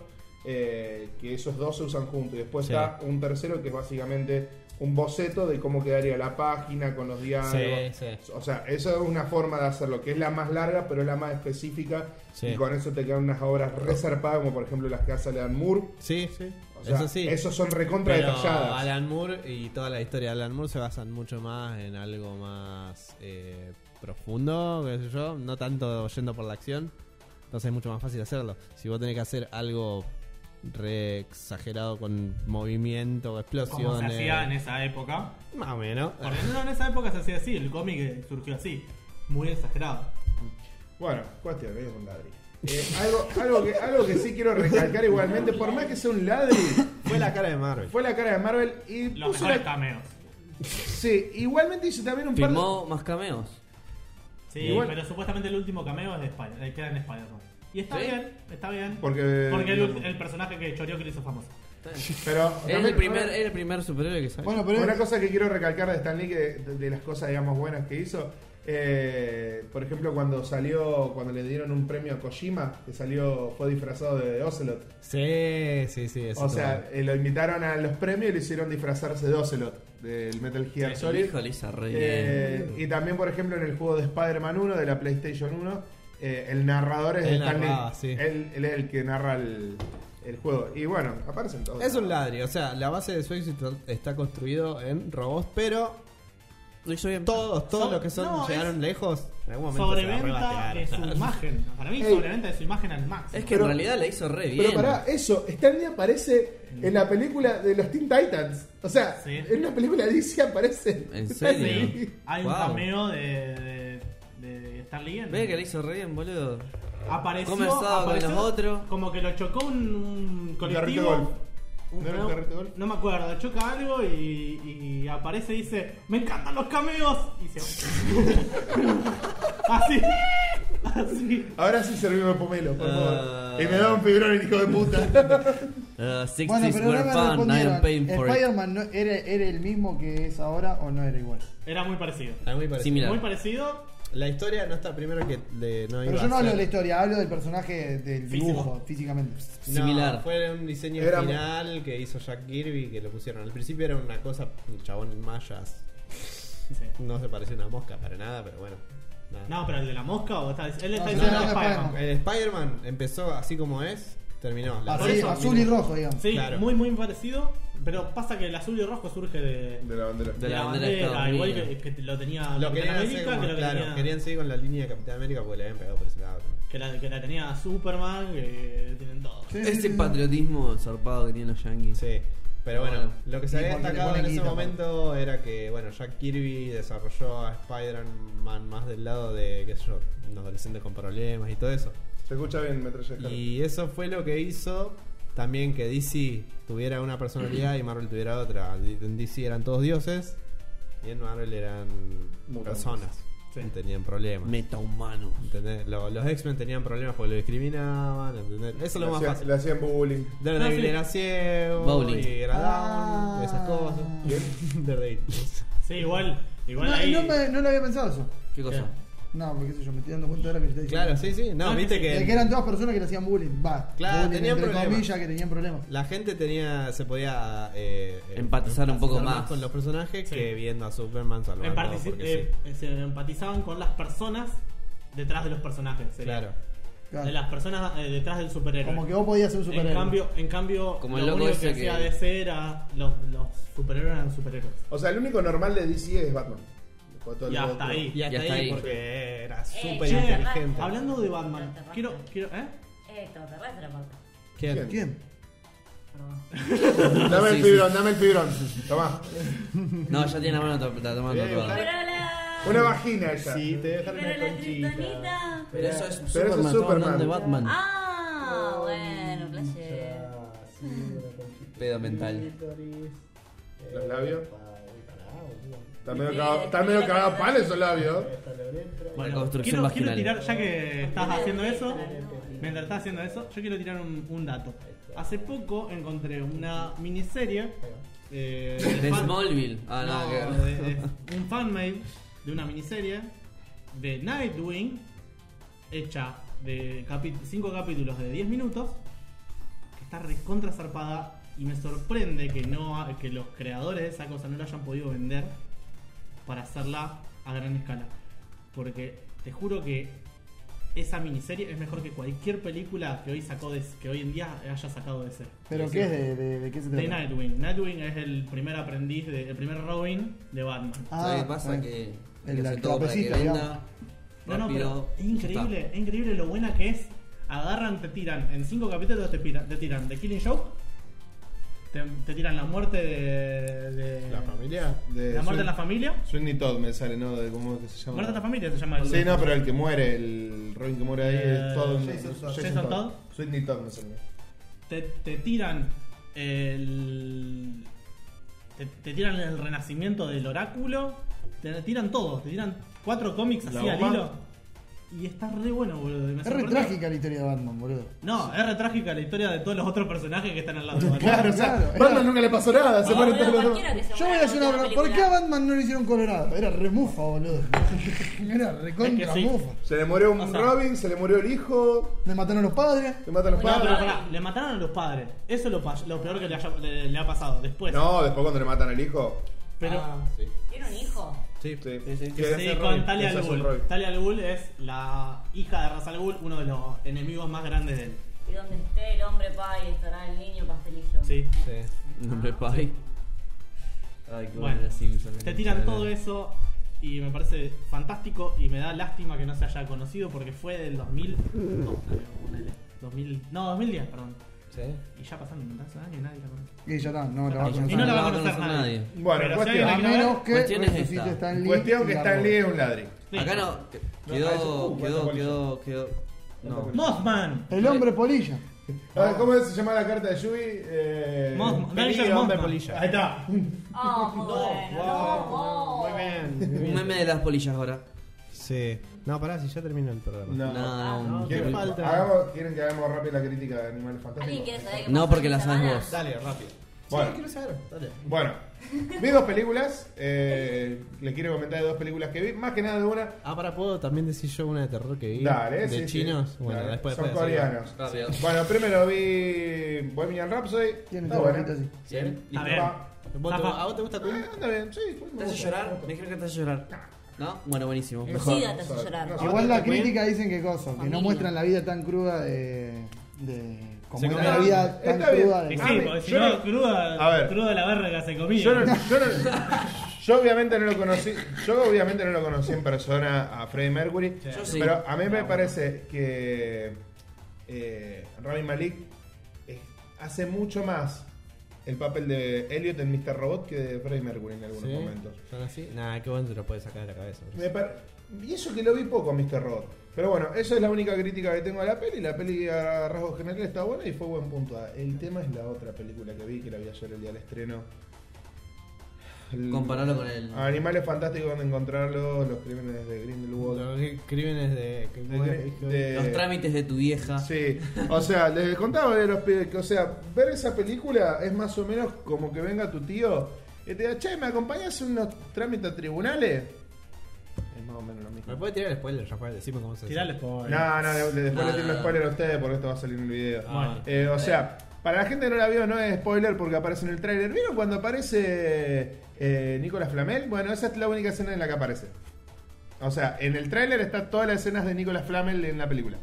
eh, que esos dos se usan juntos y después Sí. está un tercero que es básicamente un boceto de cómo quedaría la página con los diálogos. Sí, sí. O sea, eso es una forma de hacerlo, que es la más larga, pero es la más específica. Sí. Y con eso te quedan unas obras resarpadas, como por ejemplo las que hace Alan Moore. Sí, sí. O sea, eso sí. Esos son recontra Pero detalladas. Alan Moore y toda la historia de Alan Moore se basan mucho más en algo más eh, profundo, qué sé yo, no tanto yendo por la acción. Entonces es mucho más fácil hacerlo. Si vos tenés que hacer algo re exagerado con movimiento, Como se explosiones. hacía en esa época. Más o menos. Porque no, en esa época se hacía así, el cómic surgió así. Muy exagerado. Bueno, cuestión, es un ladri. Eh, algo, algo, que, algo que sí quiero recalcar igualmente, por más que sea un ladri, Fue la cara de Marvel. fue la cara de Marvel y Los puso la- mejores cameos. Sí, igualmente hizo también un par de- Firmó más cameos. Sí, Igual- pero supuestamente el último cameo es de Spider, eh, queda en Spider-Man. Y está ¿Sí? bien, está bien. Porque- Porque el, el personaje que choreó que le hizo famoso. Está bien. Pero Es el también- primer, es el primer superhéroe que sale. Bueno, pero. Una cosa que quiero recalcar de Stan Lee, que- de, de las cosas, digamos, buenas que hizo, eh, por ejemplo, cuando salió, cuando le dieron un premio a Kojima, que salió, fue disfrazado de Ocelot. Sí, sí, sí. eso o estuvo sea, bueno. eh, lo invitaron a los premios y le hicieron disfrazarse de Ocelot, del Metal Gear Yo Solid. hijo le hizo re bien. Eh, y también, por ejemplo, en el juego de Spider-Man 1 de la PlayStation 1, eh, el narrador es Él Stanley. narraba, sí. él, él es el que narra el, el juego. Y bueno, aparecen todos. Es un ladri, o sea, la base de su éxito está construido en robots, pero todos, todos So- los que son no, llegaron es- lejos, en algún momento se la Sobreventa de su rebatearon. imagen. Para mí, Ey. sobreventa de su imagen al máximo. Es que en realidad la hizo re bien. Pero pará, eso, Stanley aparece en la película de los Teen Titans. O sea, Sí. en una película de DC aparece. ¿En serio? Sí. Hay un Wow. cameo de, de, de Stan Lee en- Ve que la hizo re bien, boludo. apareció, ¿Cómo estaba con apareció los otros? Como que lo chocó un, un carrito de colectivo. golf. un- ¿No era un carrito de golf? no me acuerdo, choca algo y, y aparece y dice, me encantan los cameos. Y se va. así. Así. Ahora sí servimos pomelo, por favor. Ah. Y me da un fibrón el hijo de puta. Uh, 60 Bueno, pero no square me pound, I am paying respondieron. for it. ¿Spider-Man no- era, era el mismo que es ahora o no era igual? Era muy parecido. Ah, muy parecido. Similar. Muy parecido. La historia no está primero que le, no Pero iba yo no a hablo ser. de la historia, hablo del personaje del Físico. dibujo, físicamente. No, Similar. Fue un diseño Era- final que hizo Jack Kirby que lo pusieron. Al principio era una cosa, un chabón en mallas. Sí. No se parecía a una mosca para nada, pero bueno. nada. No, pero el de la mosca o tal. Él No, está no, no, diciendo no, Spider-Man. Spider-Man. El Spider-Man empezó así como es, terminó. La Así, Ah, por eso, azul y rojo, digamos. Sí, Claro. muy, muy parecido. Pero pasa que el azul y rojo surge de, De la bandera. De la bandera de Estados igual Unidos. que, que lo tenía lo Capitán querían hacer América, como- que, lo claro, tenía, querían seguir con la línea de Capitán América porque le habían pegado por ese lado. que, la, que la tenía Superman, que tienen todo. Sí, sí, Ese sí, sí. patriotismo zarpado que tienen los yankees. Sí. Pero bueno, Bueno. lo que se Y había porque le destacado ponen en ese guita, momento era que, bueno, Jack Kirby desarrolló a Spider-Man más del lado de, qué sé yo, un adolescente con problemas y todo eso. Se escucha bien, me trae Y eso fue lo que hizo también que DC tuviera una personalidad y Marvel tuviera otra. En DC eran todos dioses y en Marvel eran Mutantes. personas. Sí. Tenían problemas. Metahumano. ¿entendés? Lo- los X-Men tenían problemas porque lo discriminaban. ¿entendés? Eso es lo más fácil. Le hacían bullying. Daredevil Ah, sí. era ciego Bowling. y era down, Ah. esas cosas. Daredevil. Sí, igual, igual No, ahí. no me- no lo había pensado eso. ¿Qué cosa? No, porque qué sé yo, me estoy dando cuenta ahora que estoy Claro, sí, sí. No, Ah, viste sí, que. De que eran todas personas que le hacían bullying. Va, Claro, bullying, tenían entre problemas. comillas que tenían problemas. La gente tenía, se podía eh, eh, Empatizar un poco más. con los personajes Sí. que viendo a Superman salvando. Empatici- porque eh, Se empatizaban con las personas detrás de los personajes. sí. sería. Claro. Claro. De las personas eh, detrás del superhéroe. Como que vos podías ser un superhéroe. En cambio, en cambio Como lo el loco único que ese hacía que- DC era. Los, los superhéroes eran superhéroes. O sea, el único normal de DC es Batman. Después todo Y el hasta otro. ahí. Y hasta, hasta ahí, ahí. porque era Eh, súper che, inteligente. Hablando de Batman, Te rasca. quiero. quiero ¿Eh? Extraterrestre, aparte. ¿Quién? ¿Quién? Perdón. Dame el Sí, fibrón, dame el fibrón. Tomá. No, ya tiene la mano to- está tomando Bien, todo. claro. Pero la. Una vagina esa. te Pero la kriptonita. Pero eso es Pero eso es Superman, estamos Superman. hablando de Batman. Ah, bueno, placer. Pedo mental. Los labios. Está medio Eh, cagado- está medio cagado a palo esos labios. Bueno, construcción quiero, vaginal. quiero tirar, ya que estás haciendo eso, mientras estás haciendo eso, yo quiero tirar un, un dato. Hace poco encontré una miniserie eh, De fan- Smallville. Ah, no, no, que- de- de- un fanmail de una miniserie de Nightwing hecha de 5 capítulos de 10 minutos que está recontra zarpada y me sorprende que no ha- que los creadores de esa cosa no la hayan podido vender para hacerla a gran escala porque te juro que esa miniserie es mejor que cualquier película que hoy sacó de- que hoy en día haya sacado de ser ¿Pero qué es? ¿De, de, de qué se trata? de Nightwing. Nightwing es el primer aprendiz, de, el primer Robin de Batman. Ah, ¿Sabes qué pasa? bueno. Que El- que la hace todo para que trapecita, venda. No, no, rápido, pero es increíble, es increíble lo buena que es. Agarran, te tiran, en cinco capítulos te, pira- te tiran The Killing Joke, te, te tiran la muerte de. de- La familia. De la muerte de la Swin- familia. Sweeney Todd me sale, ¿no? De cómo es que se llama. Muerte de la familia se llama el. Sí, no, pero el que muere, el Robin que muere ahí Eh, es Todd. Jason Todd. Jason Todd. Sweeney Todd me sale. Te, te tiran el. Te, te tiran el renacimiento del oráculo. Te tiran todo, te tiran cuatro cómics La así al bomba. hilo. Y está re bueno, boludo. me Es re sorprende. trágica la historia de Batman, boludo. No, es re trágica la historia de todos los otros personajes que están al lado de Batman. Claro, Claro, o sea, claro, era- Batman nunca le pasó nada, se Ah, mueren Bueno, todos los cualquiera que se Yo voy muera a hacer con una pregunta. película. ¿Por qué a Batman no le hicieron colorado? Era re mufa, boludo. Era re contra Es que sí. mufa. Se le murió un O sea- Robin, se le murió el hijo, Le mataron a los padres. le matan los No, Bueno, pero padres. pará, le mataron a los padres. Eso es lo, pa- lo peor que le, haya- le- le ha pasado después. No, después cuando le matan al hijo. Pero Ah, sí. Tiene un hijo. Sí. Sí, Sí, sí. Que es Sí, ese con rol, Talia ese al es el Ghul. rol. Talia al Ghul es la hija de Ra's al Ghul, uno de los enemigos más grandes de él. Y donde esté el hombre pay estará el niño pastelillo. ¿Eh? Sí. Sí. Nombre Pai. Ay, qué Bueno, bueno, los Simpsons. Te tiran todo eso y me parece fantástico y me da lástima que no se haya conocido porque fue del 2000, no, ponele, 2000 no, 2010, perdón. Sí. Y ya pasaron tantos años y nadie la conoce. Y ya está, no la vas a Y no conocer. la va No a la va a conocer conocer nadie. nadie. Bueno, Pero si cuestión. alguien la A quiere ver, menos que Cuestión es resucite esta. Stan Lee. Cuestión que y la Stan Lee robe. es un ladri. sí. Acá no, que- No, quedó, ah, eso, uh, quedó, esta quedó, quedó. No. Mothman. El hombre polilla. Ah, ¿Cómo se llama la carta de Yubi? Eh, Mothman. Peligro, Danger hombre Mothman. polilla. Ahí está. Oh, muy bueno. No, vos. Muy bien. Un meme de las polillas ahora. Sí. No, pará, si ya terminó el programa. No. Ah, No, no, un- ¿Quieren, falta. hagamos- ¿Quieren que hagamos rápido la crítica de Animales ¿Alguien Fantásticos? quiere saber qué No, pasó porque esta la sabes semana? vos. Dale, rápido. Bueno. quiero saber. Dale. Bueno, vi dos películas. Eh, les quiero comentar de dos películas que vi. Más que nada de una. Ah, para, ¿puedo también decir yo una de terror que vi? Dale, ¿De sí, sí. chinos? Bueno, Dale. después Son después de decirlo. coreanos. Rápido. Bueno, primero vi Bohemian Rhapsody. Tiene Está todo buena. así. ¿Sí? Está ¿Listo? bien. Va. ¿Vos te- Zafa. ¿A vos te gusta tú? Ah, Anda bien, sí. ¿Te hace llorar? Me dijeron que te hace llorar. ¿No? Bueno, buenísimo. El SIDA te hace Mejor. llorar. No, Igual la ¿Te cuento? crítica dicen que cosa, que Familia. no muestran la vida tan cruda de. de como Se era come- la vida tan Está bien. cruda Sí, de. Ah, sí, me- porque si yo no, no- cruda, A ver. cruda la verga se comía. Yo, no- yo no- yo obviamente no lo conocí, yo obviamente no lo conocí en persona a Freddie Mercury, Sí. Yo sí. pero a mí me parece que eh, Rami Malik eh, hace mucho más el papel de Elliot en Mr. Robot que de Freddie Mercury en algunos ¿Sí? momentos. ¿Son así? Nah, qué bueno te lo puedes sacar de la cabeza. Me par- y eso que lo vi poco a Mr. Robot. Pero bueno, esa es la única crítica que tengo a la peli. La peli a rasgos generales está buena y fue buen punto. Ah, El tema es la otra película que vi, que la vi ayer el día del estreno. El- Comparalo con el. Animales fantásticos donde encontrarlo, los crímenes de Grindelwald. Los crímenes de... ¿cómo era? De- Los trámites de tu vieja. Sí, o sea, les contaba de los pibes que, o sea, ver esa película es más o menos como que venga tu tío y te diga, che, ¿me acompañas en unos trámites a tribunales? Es más o menos lo mismo. ¿Me puede tirar el spoiler, Rafael? Decime cómo se hace. Tirale por. No, no, de- de- después No, le tiro no, no. spoiler a ustedes porque esto va a salir en el video. Ah. Bueno. Eh, o sea, para la gente que no la vio, no es spoiler porque aparece en el tráiler. ¿Vieron cuando aparece eh, Nicolas Flamel? Bueno, esa es la única escena en la que aparece. O sea, en el tráiler está todas las escenas de Nicolas Flamel en la película.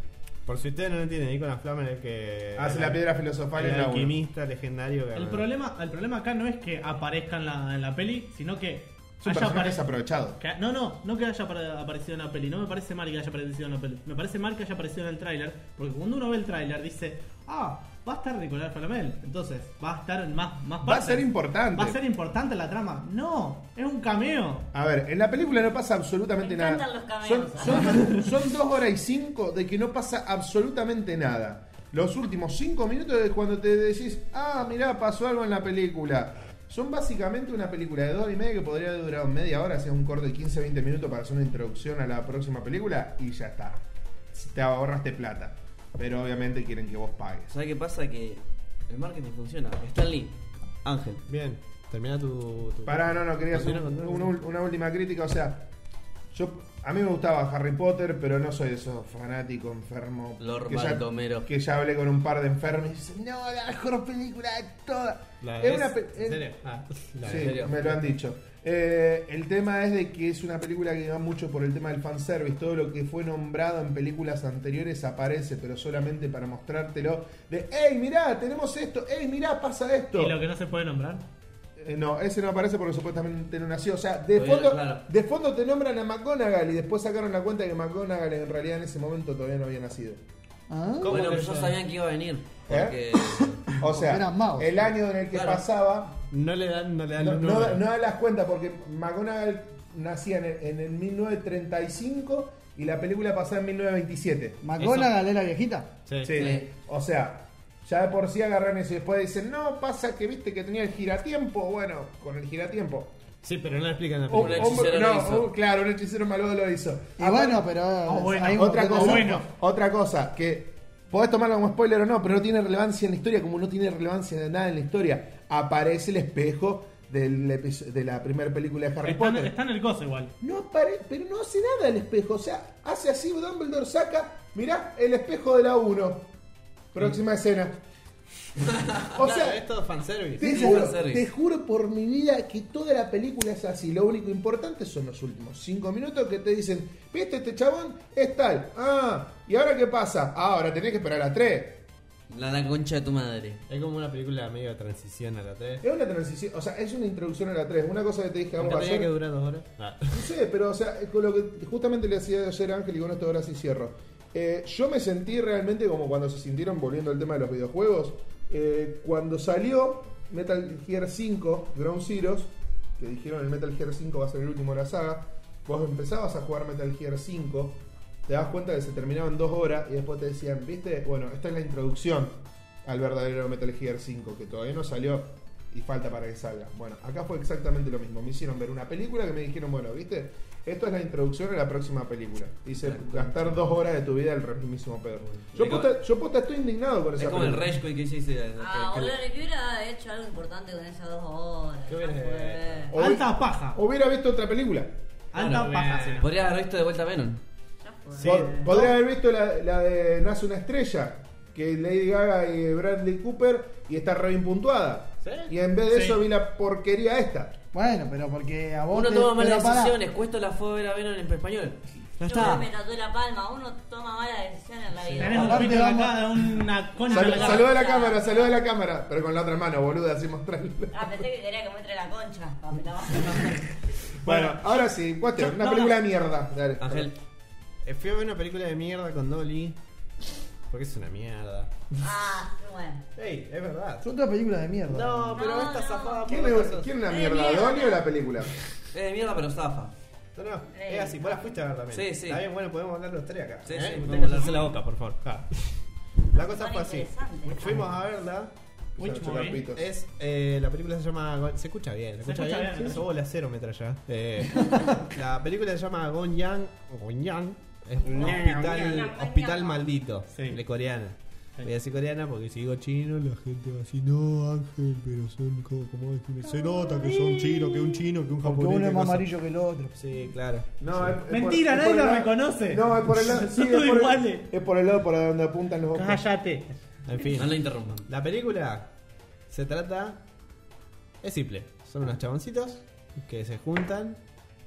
Por si ustedes no lo entienden, Nicolás Flamel es el que... Hace Eh, la piedra filosofal El en la uno. alquimista legendario. que- El problema, el problema acá no es que aparezca en la, en la peli, sino que Es un personaje desaprovechado. Que- no, no, no que haya apare- aparecido en la peli. No me parece mal que haya aparecido en la peli. Me parece mal que haya aparecido en el tráiler. Porque cuando uno ve el tráiler dice, ah, va a estar Nicolás Flamel. Entonces, va a estar en más, más Va a partes. ser importante. Va a ser importante la trama. No, es un cameo. A ver, en la película no pasa absolutamente Me nada. encantan los Son, cameos. son, son dos horas y cinco de que no pasa absolutamente nada. Los últimos cinco minutos es cuando te decís, ah, mirá, pasó algo en la película. Son básicamente una película de dos y media que podría haber durado media hora, hacías un corte de 15-20 minutos para hacer una introducción a la próxima película y ya está. Te ahorraste plata. Pero obviamente quieren que vos pagues. ¿Sabes qué pasa? Que el marketing funciona. Stanley, Ángel. Bien, termina tu... tu- Pará, no, no, quería hacer Continúa, un- continúa. un- una última crítica. O sea, yo a mí me gustaba Harry Potter, pero no soy de esos fanáticos enfermos. Lord que ya, Baldomero. que ya hablé con un par de enfermos y dicen, no, la mejor película de todas. La- Es una es- pe- ¿En es- serio? Ah, la- Sí, ¿en serio? me lo han dicho. Eh, el tema es de que es una película que va mucho por el tema del fanservice. Todo lo que fue nombrado en películas anteriores aparece, pero solamente para mostrártelo. De, hey, mirá, tenemos esto. Hey, mirá, pasa esto. Y lo que no se puede nombrar. Eh, no, ese no aparece porque supuestamente no nació. O sea, de Todavía, fondo, claro. de fondo te nombran a McGonagall y después sacaron la cuenta de que McGonagall en realidad en ese momento todavía no había nacido. ¿Ah? ¿Cómo Bueno, que pero ya son? sabían que iba a venir. Porque. ¿Eh? O sea, Eran magos. el año en el que Claro. pasaba, No le dan, no le dan no, un no da- número. no da las cuentas porque McGonagall nacía en el, en el 1935 y la película pasaba en 1927. McGonagall era viejita. Sí. Sí. Sí. O sea, ya de por sí agarran eso y después dicen, no, pasa que viste que tenía el giratiempo. Bueno, con el giratiempo. Sí, pero no le explican la Un- película. un- hechicero no, lo hizo. un- claro, un hechicero malvado lo hizo. Y Apar- Ah, bueno, pero. eh, hay un otra montón cosa, de cosas. bueno. otra cosa que podés tomarlo como spoiler o no, pero no tiene relevancia en la historia, como no tiene relevancia de nada en la historia. Aparece el espejo del episo- de la primera película de Harry Está en, Potter. está en el coso igual. No aparece, pero no hace nada el espejo. O sea, hace así, Dumbledore saca, mirá, el espejo de la 1. Próxima escena. O Claro, sea, es todo fanservice. Te Sí, juro, sí, sí. te juro por mi vida que toda la película es así. Lo único importante son los últimos cinco minutos que te dicen, viste, este chabón es tal. Ah, ¿y ahora qué pasa? Ah, ahora tenés que esperar a tres. La, la concha de tu madre. Es como una película medio de transición a la 3. Es una transición, o sea, es una introducción a la tres. Una cosa que te dije, vamos a tenía hacer. que durar dos horas? Ah. No sé, pero o sea, con lo que justamente le hacía ayer a Ángel y con esto ahora sí cierro. Eh, yo me sentí realmente como cuando se sintieron, volviendo al tema de los videojuegos, eh, cuando salió Metal Gear 5, Ground Zeroes, que dijeron el Metal Gear 5 va a ser el último de la saga, vos empezabas a jugar Metal Gear 5, te das cuenta que se terminaban dos horas y después te decían, viste, bueno, esta es la introducción al verdadero Metal Gear 5, que todavía no salió y falta para que salga. Bueno, acá fue exactamente lo mismo. Me hicieron ver una película que me dijeron, bueno, viste, esto es la introducción a la próxima película. Dice, gastar dos horas de tu vida el mismísimo pedo. Yo Es posta, yo posta estoy indignado con esa Es como el película. Rashquake que ella dice. Ah, que- que- boludo, yo hubiera hecho algo importante con esas dos horas. ¿Qué hubiera ya fue. O vi- Alta paja. Hubiera visto otra película. Alta Claro, paja. bien. será. Podría haber visto de vuelta a Venom. Ya fue. Sí. Pod- Podría haber visto la, la de Nace una estrella, que Lady Gaga y Bradley Cooper, y está re bien puntuada. ¿Sí? Y en vez de Sí. eso vi la porquería esta. Bueno, pero porque a vos. Uno te- toma pero malas pará. decisiones. Cuesta la fue ver a Venom en español. Ya Yo está. me tatué la palma, uno toma malas decisiones en la vida. Tenés un Aparte pito vamos- acá de una cona Salud, en la cara. saluda a la cámara, saluda a la cámara. Pero con la otra mano, boluda, así mostrarla. Ah, pensé que quería que muestre la concha. pa, me la bajo. Bueno, ahora sí, Cuatro, Yo- una no, película no. de mierda. Dale. Ángel. Eh, Fui a ver una película de mierda con Dolly. Porque es una mierda. Ah, bueno. Ey, es verdad. Es otra película de mierda. No, pero No, esta no. zafada ¿Quién por es otras- quién es una Eh, mierda? mierda. ¿Donny o la película? Es de mierda, pero zafa. No, no, Eh. es así, vos la fuiste a ver también. Sí, sí. Está bien, bueno, podemos hablar los tres acá. Sí, sí, ¿eh? Ustedes podemos callense la boca, por favor. Ah. La cosa Son fue así. interesantes. Fuimos a verla. Which Chocar movie? pitos. Es, eh, la película se llama. Go- Se escucha bien, se escucha, escucha bien. bien. Sí. Sobo la cero metralla. Eh, la película se llama Gonyang. Gonyang. Es un Gonyang, hospital, Gonyang. hospital maldito. Sí. De coreana. Sí. Voy a decir coreana porque si digo chino, la gente va a decir, no, Ángel, pero son. como- como es que Se nota que son chinos, que un chino, que un Porque japonés. uno que es más cosa". amarillo que el otro. Sí, claro. No, eh. es- es por- eh. Mentira, es por nadie el lo lado- reconoce. No, es por el lado. Son sí, es, todos por iguales. el, es por el lado por donde apuntan los ojos. Cállate. En fin. No la interrumpan. La película se trata. Es simple. Son unos chaboncitos que se juntan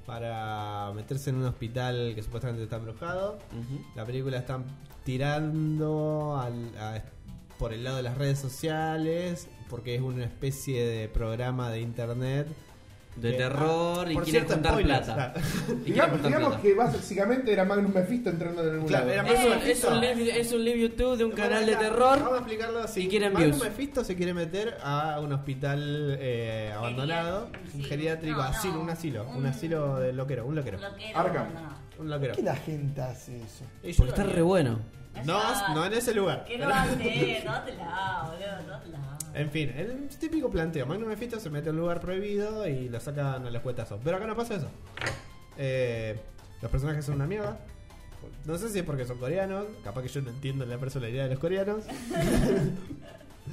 para meterse en un hospital que supuestamente está embrujado. Ujú. La película están tirando al- a- por el lado de las redes sociales porque es una especie de programa de internet. De que- Ah, terror y Por quieren cierto, juntar spoilers, plata. claro. Y quieren Digamos, juntar digamos plata. que básicamente era Magnus Mephisto entrando en algún Claro, lado. era Eh, Es, Magnus es un live, es un live YouTube de un canal de terror. Vamos a explicarlo así. y quieren Magnum views. Mephisto se quiere meter a un hospital eh, abandonado, Sí. geriátrico, No, no. asilo, un asilo, un, Un- asilo de loquero, un loquero. Lo que Arkham. no, no. Un loquero. ¿Qué la gente hace eso? Y yo Porque está lo- re bueno. No, no en ese lugar. ¿Qué no haces? No te la, boludo, no te la. En fin, el típico planteo. Magnum Mephisto se mete a un lugar prohibido y lo sacan a los cuetazos. Pero acá no pasa eso. Eh, los personajes son una mierda. No sé si es porque son coreanos. Capaz que yo no entiendo la personalidad de los coreanos.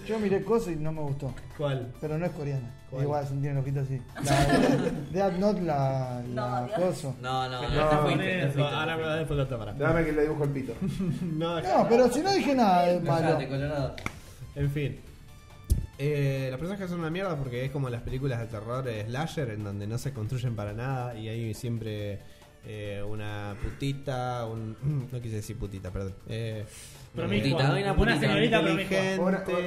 Yo miré cosas y no me gustó. ¿Cuál? Pero no es coreana. ¿Cuál? Igual, se tiene el ojito así. La de Death Note, la, No, la Dios. cosa. No, no, no. No, está fuiste, ponés- está fuiste, está Ahora me fuiste. va a después la cámara. Dame que le dibujo el pito. No, No, pero si no dije nada de malo. Dejate, Colorado. En fin. Eh, los personajes son una mierda porque es como las películas de terror de slasher en donde no se construyen para nada y hay siempre eh, una putita, un... No quise decir putita, perdón. Eh, Promiscua. Putita, una Una, putita. señorita promiscua. Inteligente.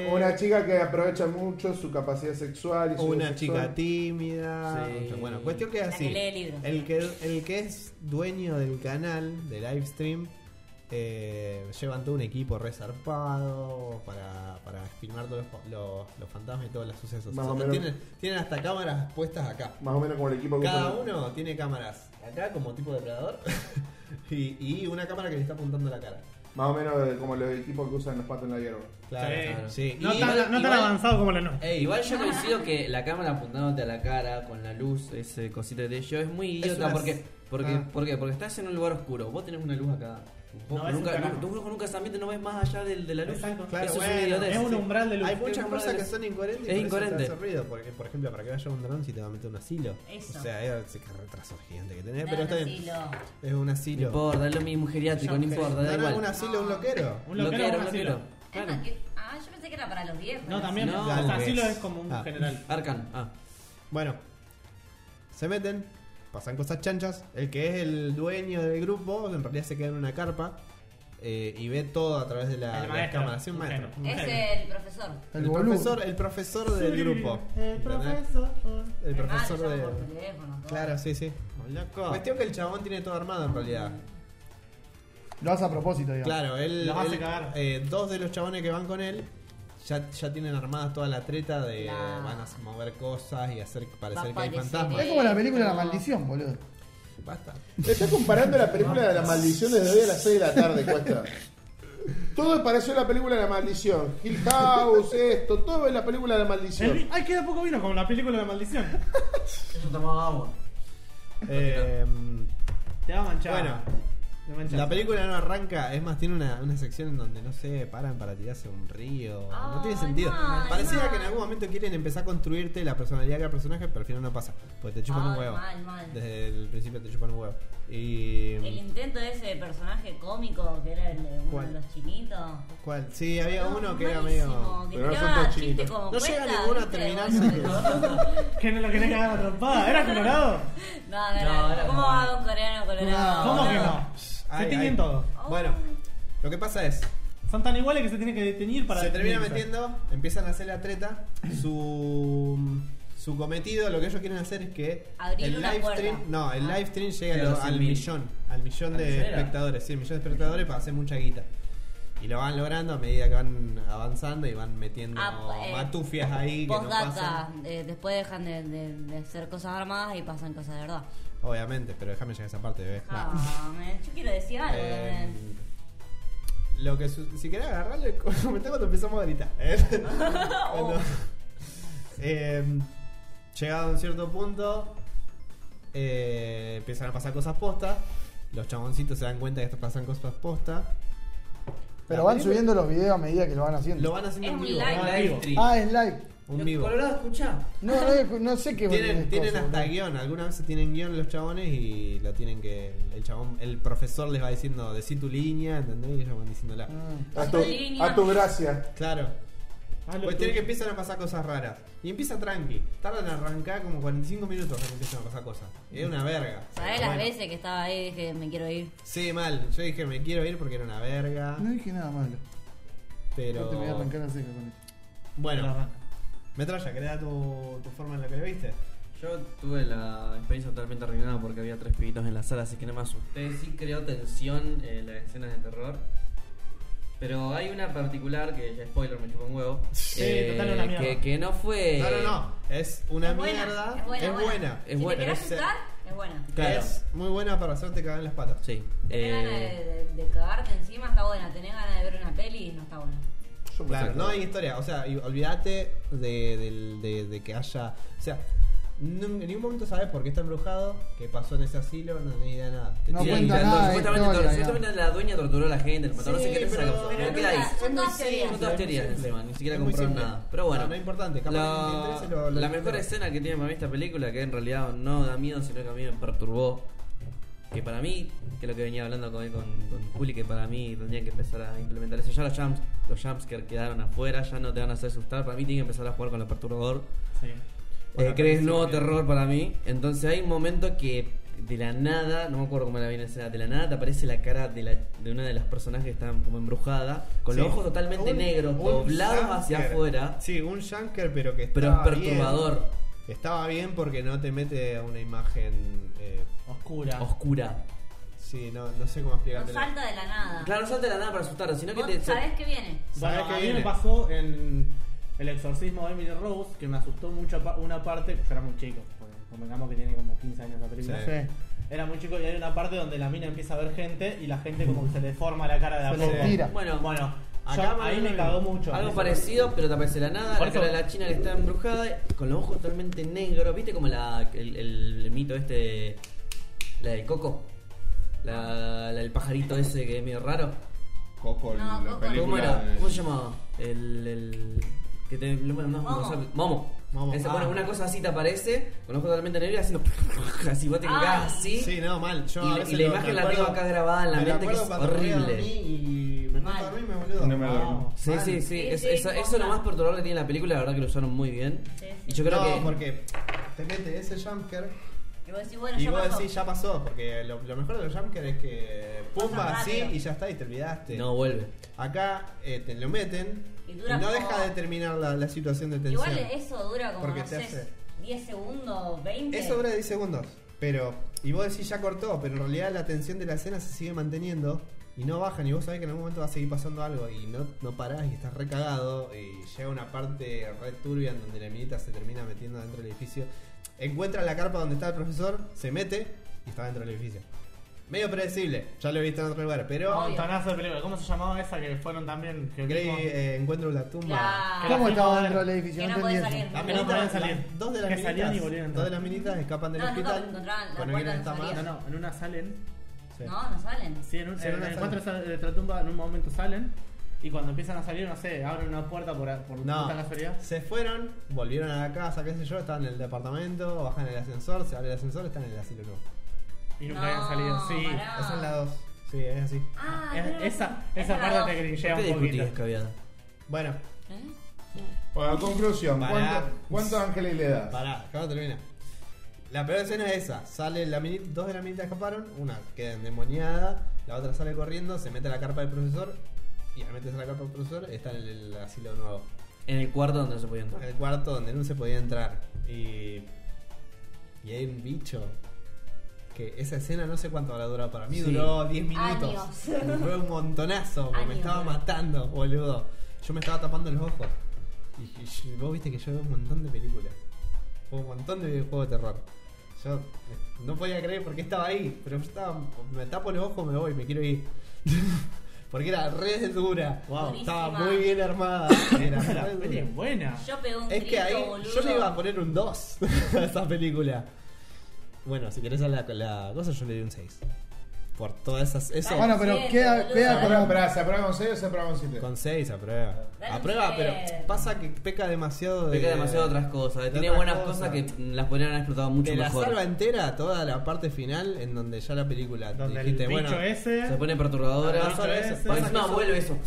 Una, una chica que aprovecha mucho su capacidad sexual y su una sexual. chica tímida. Sí. Bueno, cuestión que es La así. que lee libros. El, que, el que es dueño del canal, de live stream, eh, llevan todo un equipo resarpado para, para filmar todos los, los- los fantasmas y todos los sucesos. Más O sea, o menos. tienen, tienen hasta cámaras puestas acá. Más o menos como el equipo que Cada usa- uno tiene cámaras acá como tipo depredador y, y una cámara que le está apuntando a la cara. Más o menos eh, como los equipos que usan los patos en la hierba. Claro, Sí. claro. No Y tan, igual- no tan igual- avanzado como la nuestra. Ey, igual yo coincido que la cámara apuntándote a la cara con la luz, ese cosita de yo es muy Es idiota una- porque porque Ah. porque porque estás en un lugar oscuro, vos tenés una luz acá. Vos No ves un nunca, carajo. nunca, tú nunca ese ambiente no ves más allá del- de, la luz. Exacto. Claro, Eso es bueno, una idiotez. Es un umbral de luz. Hay Porque muchas es cosas que incoherente. son incoherentes. y Es por eso te hace incoherente. ruido, porque, por ejemplo, para que vaya un dron si te va a meter un asilo. Eso. O sea, es ese retraso gigante que tenés, No, Eh, pero no, está sí, bien. lo- Es un No asilo. importa, es lo mismo geriátrico, no importa, da No, no, igual. un asilo, un loquero. Un loquero, Loquero, un asilo. loquero. Es Claro. más que- Ah, yo pensé pensé que era para los viejos. No, también. No, o sea, porque asilo es- es como un Ah. general. Arcan, ah. Bueno, se meten, pasan cosas chanchas. El que es el dueño del grupo, en realidad se queda en una carpa eh, y ve todo a través de la, El de las maestro, cámaras. Sí, un un maestro. genio. Es el profesor. El, boludo. profesor, el profesor del grupo. El ¿entendés? profesor. El Normal, profesor llama de. por teléfono, todo. Claro, sí, sí. Loco. Cuestión que el chabón tiene todo armado en realidad. Lo hace a propósito, digamos. Claro, él. Los hace él, cagar. eh, dos de los chabones que van con él ya, ya tienen armada toda la treta de. Claro. Van a mover cosas y hacer Va parecer a que hay aparecer fantasmas. Es como la película La No. Maldición, boludo. Basta. Estás comparando la película de la maldición desde hoy a las 6 de la tarde, cuesta. Todo pareció la película de la maldición. Hill House, esto, todo es la película de la El- maldición. Ay, queda poco vino con la película de la maldición. Yo tomaba agua. Eh, Te va a manchar. Bueno, Te manchas. la película no arranca, es más, tiene una, una sección en donde no sé, paran para tirarse a un río. no tiene Ay, sentido. mal, Parecía mal. que en algún momento quieren empezar a construirte la personalidad que el personaje, pero al final no pasa. Porque te chupan un Ay, huevo. mal, mal. Desde el principio te chupan un huevo. Y. El intento de ese personaje cómico que era el de uno ¿Cuál? de los chinitos. ¿Cuál? Sí, había No, uno que era malísimo, medio. Que Pero no son tiraba todos chiste chinitos. como No llega cuesta, ninguno a ¿viste? terminarse. Bueno, Que no lo querés cagar a trompada. ¿Era colorado? No, no, No, no. era ¿Cómo como- va un coreano colorado? ¿Cómo que boludo? no? Se Ay, tiñen ay. todo. Bueno, lo que pasa es. Son tan iguales que se tienen que detener para. se termina detenerse. metiendo, empiezan a hacer la treta. Su, su cometido, lo que ellos quieren hacer es que Abrir el una live puerta. stream, no, el Ah. live stream llega Pero a lo- sin al mil. millón, al millón ¿Al de millón era? espectadores, sí, el millón de espectadores para hacer mucha guita. Y lo van logrando a medida que van avanzando y van metiendo Ah, pues, eh, matufias ahí que no Postdata, pasan. eh, después dejan de, de- de hacer cosas armadas y pasan cosas de verdad. Obviamente, pero déjame llegar a esa parte, bebé. Va. Ah, man, yo quiero decir algo Eh, también. lo que su- si querés agarrarlo, comentá cuando empezamos a gritar. ¿eh? Ah. Oh, Cuando- Eh, llegado a un cierto punto, eh, empiezan a pasar cosas postas. Los chaboncitos se dan cuenta que estos pasan cosas postas. Pero van subiendo los videos a medida que lo van haciendo. Lo van haciendo Es en un vivo. live. Live stream. Ah, es live. Un vivo. Colorado, escuchá. No, no, no sé qué Tienen, es tienen cosa, hasta boludo. guión, algunas veces tienen guión los chabones y lo tienen que. El chabón, el profesor les va diciendo, decí tu línea, ¿entendés? Y ellos van diciéndola. Ah, A tu, a tu gracia. Claro. Hazlo Pues tú. tiene que empiezan a pasar cosas raras. Y empieza tranqui. Tardan en arrancar como 45 minutos que empiezan a pasar cosas. Es una verga. ¿Sabés Pero las bueno. veces que estaba ahí y dije, me quiero ir? Sí, mal. Yo dije me quiero ir porque era una verga. No dije nada malo. No te voy a Pero. arrancar a seca con esto. Bueno, Metralla, ¿querés dar tu, tu forma en la que lo viste? Yo tuve la experiencia totalmente arruinada porque había tres pibitos en la sala, así que no me asusté. Sí creó tensión en las escenas de terror. Pero hay una particular que ya spoiler me chupó un huevo. Eh, Sí, total, una mierda. que, que no fue. No, no, no. Es una Es buena, mierda. es buena, es buena. buena. Es si buena, te querés pero es- asustar, es buena. Claro. Es muy buena para hacerte cagar en las patas. Sí. Tenés ganas eh, de, de- de cagarte encima, está buena. Tenés ganas de ver una peli, no está buena. Claro, no hay historia. O sea, y olvídate de, del- de- de que haya. O sea, no- en ningún momento sabes por qué está embrujado, qué pasó en ese asilo, no tenés idea de nada. Te No tiran- cuenta la- nada de Supuestamente, historia, tor- digamos. supuestamente la dueña torturó a la gente, el matador, no sé qué te saca. pero ¿Qué nunca- hay? son todas teorías. Son todas teorías encima, ni siquiera compraron nada. Pero bueno. No, no es importante, capaz que quien te la, interese lo- lo- la mejor escena que tiene para mí esta película, que en realidad no da miedo, sino que a mí me perturbó. Que para mí, que es lo que venía hablando con, con, con Juli, que para mí tendrían que empezar a implementar eso. Ya los jumps, los jumps que quedaron afuera ya no te van a hacer asustar. Para mí tienen que empezar a jugar con lo perturbador. Sí. Eh, crees nuevo sí. terror para mí. Entonces hay un momento que de la nada, no me acuerdo cómo era bien la escena, de la nada te aparece la cara de, la, de una de las personajes que están como embrujada, con Sí. los ojos totalmente Un- negros, un doblados hacia shanker. afuera, Sí, un shanker, pero que pero estaba perturbador, bien. Estaba bien porque no te mete a una imagen. eh, Oscura. oscura. sí, no, no sé cómo No explicártelo. salta de la Ah. nada. Claro, no salta de la nada para asustar, sino que Vos te... sabés que viene. Bueno, ¿Sabés a qué mí viene? me pasó en el exorcismo de Emily Rose que me asustó mucho pa- una parte, yo era muy chico, porque convengamos que tiene como 15 años la película. Sí. Era muy chico y hay una parte donde la mina empieza a ver gente y la gente como que se le forma la cara de a Se le poco. tira. Bueno, Bueno, Acá yo- más ahí o me menos. cagó mucho. Algo Eso. parecido, pero te aparece la nada, Por la eso- cara de la china que está embrujada, con los ojos totalmente negros, ¿viste? Como la, el, el mito este, de- la del coco, la, la del pajarito ese que es medio raro. Coco, No, Coco. ¿Cómo Película era? ¿Cómo se llamaba? El, el que te... Bueno, no, Momo. no sabe- Momo. Momo, Ese, ah. bueno, una cosa así te aparece, con los ojos totalmente negros y haciendo... Así vos te Ay. quedás así. Sí, no, mal. Yo Y- a y veces la lo- imagen me la tengo acuerdo- acá grabada en la me mente, que acuerdo es cuando me voy a horrible. dormir Y me Mal. acuerdo a mí me boludo. Una ponerme al horno. Sí, sí, sí. Sí, es- sí, eso, eso es lo posta. más perturbador que tiene la película, la verdad que lo usaron muy bien. Sí, sí. Y yo creo no, que. porque te mete ese Jumpker Y vos decís, bueno, y ya vos pasó. decís, ya pasó. Porque lo, lo mejor de los Jumpker es que pumba Pasa así rápido. y ya está y te olvidaste. este, No vuelve. Acá eh, te lo meten Y y, dura no como- deja de terminar la, la situación de tensión. Igual eso dura como, Porque no te sé, hace- 10 segundos, 20. Eso dura 10 segundos. Pero, y vos decís ya cortó, pero en realidad la tensión de la escena se sigue manteniendo y no bajan. Y vos sabés que en algún momento va a seguir pasando algo y no, no parás y estás recagado. Y llega una parte re turbia en donde la minita se termina metiendo dentro del edificio. Encuentra la carpa donde está el profesor, se mete y está dentro del edificio. Medio predecible, ya lo he visto en otro lugar, pero. Obvio. Montonazo de película. ¿Cómo se llamaba esa que fueron también? Que Grey vimos? eh, encuentra la tumba. Claro. Que la ¿Cómo fuimos a estaba ver. dentro del edificio? Ah, Que No no podés entendí salir. eso. Las Que no minitas- podían salir. las- dos de las Que minitas, salían y volvían a entrar. dos de las minitas escapan del No, no, hospital. encontraban la cuando puerta quieren estar de más. salida. No, no, en una salen. Sí. No, no salen. Sí, en un, Sí, en en una el encuentro esa- de la tumba en un momento salen. Y cuando empiezan a salir, no sé, abren una puerta por, por No, puta casualidad. se fueron, volvieron a la casa, qué sé yo, están en el departamento, bajan el ascensor, se abre el ascensor, están en el asilo nuevo. Y nunca No, habían salido. Sí. pará. Esa es la 2. Sí, es así. Ah, Es- tenés razón. esa esa era parte dos. te ¿Por grillea qué un discutís poquito. escabiada? Bueno, ¿Eh? Bueno, conclusión, Pará. ¿cuánto- ¿cuántos ángeles le das? pará, acá no termina. La peor escena es esa. Sale la minita, dos de las minitas escaparon, una queda endemoniada, la otra sale corriendo, se mete a la carpa del profesor, y al meterse a la carpa del profesor, está en el, el asilo nuevo. En el cuarto donde no se podía En entrar. el cuarto donde no se podía entrar. Y. Y hay un bicho. Que esa escena no sé cuánto habrá durado para mí. Sí. Duró 10 minutos. Años. Fue un montonazo. porque Años, me estaba boludo. matando, boludo. Yo me estaba tapando los ojos. Y, y- y vos viste que yo veo un montón de películas. Veo un montón de videojuegos de terror. Yo eh, no podía creer por qué estaba ahí. Pero yo estaba. Me tapo los ojos, me voy, me quiero ir. Porque era re dura. Wow. Estaba Durísima. muy bien armada. Era La re peli dura. es buena. Yo pegué un Es que grito, ahí boludo. yo le iba a poner un 2 a esa película. Bueno, si querés a la, la cosa, yo le di un 6. Por todas esas. Eso. Bueno, pero Siete, queda, boludo. queda Pará, como. pará, ¿se aprueba con 6 o se aprueba con 7? Con 6 aprueba. Dale un Aprueba, pero siete. pasa que peca demasiado de. Peca demasiado de otras cosas. de Tiene otras buenas cosas que las podrían haber explotado mucho Te la mejor. salva entera toda la parte final en donde ya la película. Donde dijiste, el bicho bueno, Se ese. pone Ah, perturbadora. solo eso. Por Pasa encima que eso- vuelve eso.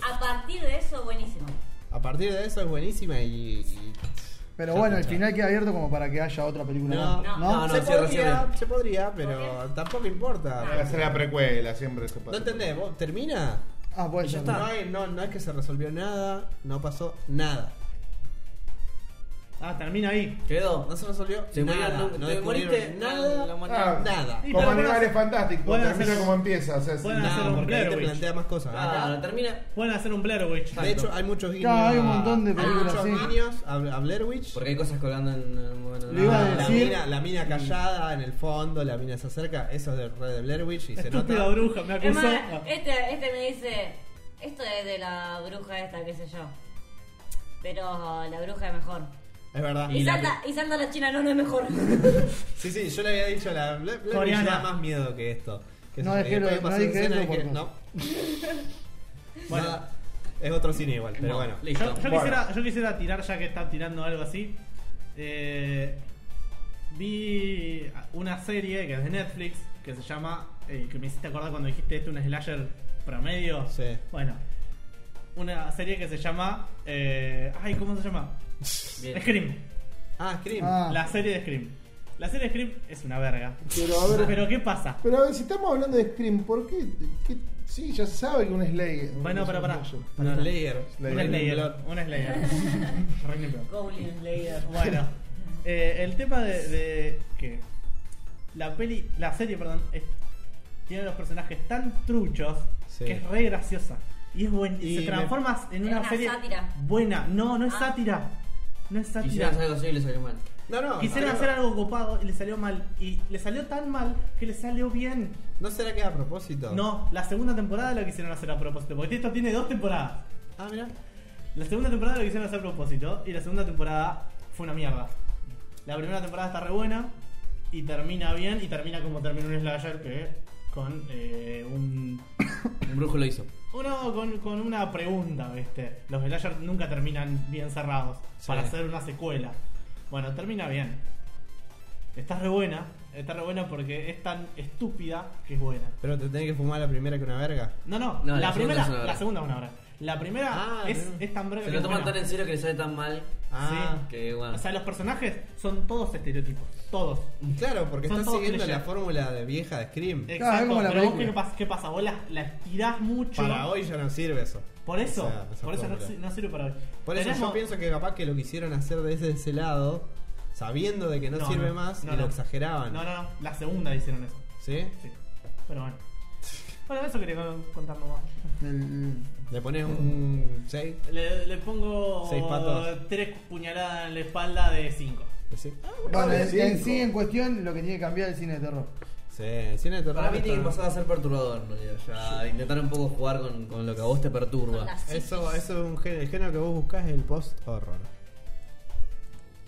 A partir de eso, buenísimo. a partir de eso es buenísima y. y- Pero ya bueno, el está. final queda abierto como para que haya otra película No, más. Ah, no, no. se, cierra, podría, cierra. se podría, pero ¿Por Ah. tampoco importa. Para hacer la precuela, siempre se pasa. No entendés, vos termina. Ah, bueno. Ya No, está. hay- no, no es que se resolvió nada, no pasó nada. Ah, termina ahí. Quedó. No se resolvió Se nada. murieron, no te descubrieron moriste, nada. la muerte. Ah, nada. Y Como para- animales fantásticos, pueden termina hacer- como empieza. O sea, es- pueden No, hacer un porque ahí te Blair Witch. plantea más cosas. Ah, Acá, no, termina. Pueden hacer un Blair Witch. de hecho, hay muchos guiños. Claro, hay un montón de a- películas, Hay muchos sí. guiños a, a Blair Witch. Porque hay cosas colgando en. en- Bueno, Le iba a nada. la, decir- mina, la mina callada en el fondo, la mina se acerca. Eso es de Red de Blair Witch y se Estúpida nota. bruja, me Es acusó. más, Ah. este, este me dice, esto es de la bruja esta, qué sé yo. Pero la bruja es mejor. Es Ah, verdad. Y, Y la- salta, y salta la china, no, no es mejor. Sí, sí, yo le había dicho a la Blair, Blair Witch Coreana. da más miedo que esto. Que No se- dejé y lo- después no pasó dije escena eso y dije, por- no. Bueno. Nada. es otro cine igual, pero bueno. Listo. Yo, yo Bueno. quisiera, yo quisiera tirar, ya que está tirando algo así. eh, vi una serie que es de Netflix que se llama. eh, que me hiciste acordar cuando dijiste este, un slasher promedio. Sí. Bueno, una serie que se llama. eh, ay, ¿cómo se llama? Bien. Scream. Ah, Scream. Ah. La serie de Scream. La serie de Scream es una verga. Pero a ver, Pero ¿qué pasa? pero a ver, si estamos hablando de Scream, ¿por qué? ¿Qué- Sí, ya se sabe que un Slayer. Bueno, un- pero pará. un- Un No, no. Slayer. Un Slayer. Slayer. Un Slayer. Reign in Blood. Goblin Slayer. Bueno, eh, el tema de, de que la peli, la serie, perdón, es- tiene los personajes tan truchos Sí. que es re graciosa y es buen, Y se me- transforma en Es una una serie sátira. buena. No, no es Ah. sátira, no es sátira. Quisieras algo así y le salió mal. No, no. Quisieron no, hacer algo copado y le salió mal y le salió tan mal que le salió bien. ¿No será que era a propósito? No, la segunda temporada la quisieron hacer a propósito porque esto tiene dos temporadas. Ah, mira. La segunda temporada lo quisieron hacer a propósito y la segunda temporada fue una mierda. La primera temporada está re buena y termina bien y termina como termina un slasher que es con eh, un... El brujo lo hizo. Uno con, con una pregunta, ¿viste? Los slasher nunca terminan bien cerrados Sí. para hacer una secuela. Bueno, termina bien. Está re buena, está re buena porque es tan estúpida que es buena. Pero te tenés que fumar la primera que una verga. No, no, No, la, la segunda primera, es una hora. la segunda es una hora. La primera Ah, es, no. es tan breve. Se que lo es toman buena. tan en serio que le sale tan mal. Ah, Que bueno. O sea, los personajes son todos estereotipos. Todos. Claro, porque Mm. Son está todos Eh, siguiendo la clichés. fórmula de vieja de Scream. es Exacto. como la Pero vos, ¿qué, película. no pas- qué pasa? Vos la, la estirás mucho. Para hoy ya no sirve eso. Por eso. O sea, esa por eso no, fórmula. si- no sirve para hoy. Por eso Tenemos- yo pienso que capaz que lo quisieron hacer desde ese lado, sabiendo de que no, sirve más, no, y lo no. exageraban. No, no, no. La segunda hicieron eso. ¿Sí? Sí. Pero bueno. Bueno, eso quería con- contar nomás. Le pones un 6. Le, le pongo Seis patos. tres puñaladas en la espalda de cinco. Sí, Bueno, en, en Cinco. sí, en cuestión, lo que tiene que cambiar el cine de terror. sí, el cine de terror Para mí tiene que está- pasar a ser perturbador, en realidad, ya intentar un poco jugar con, con lo que a vos te perturba. Con las psiquis. Eso, eso es un género, el género que vos buscás es el post-horror.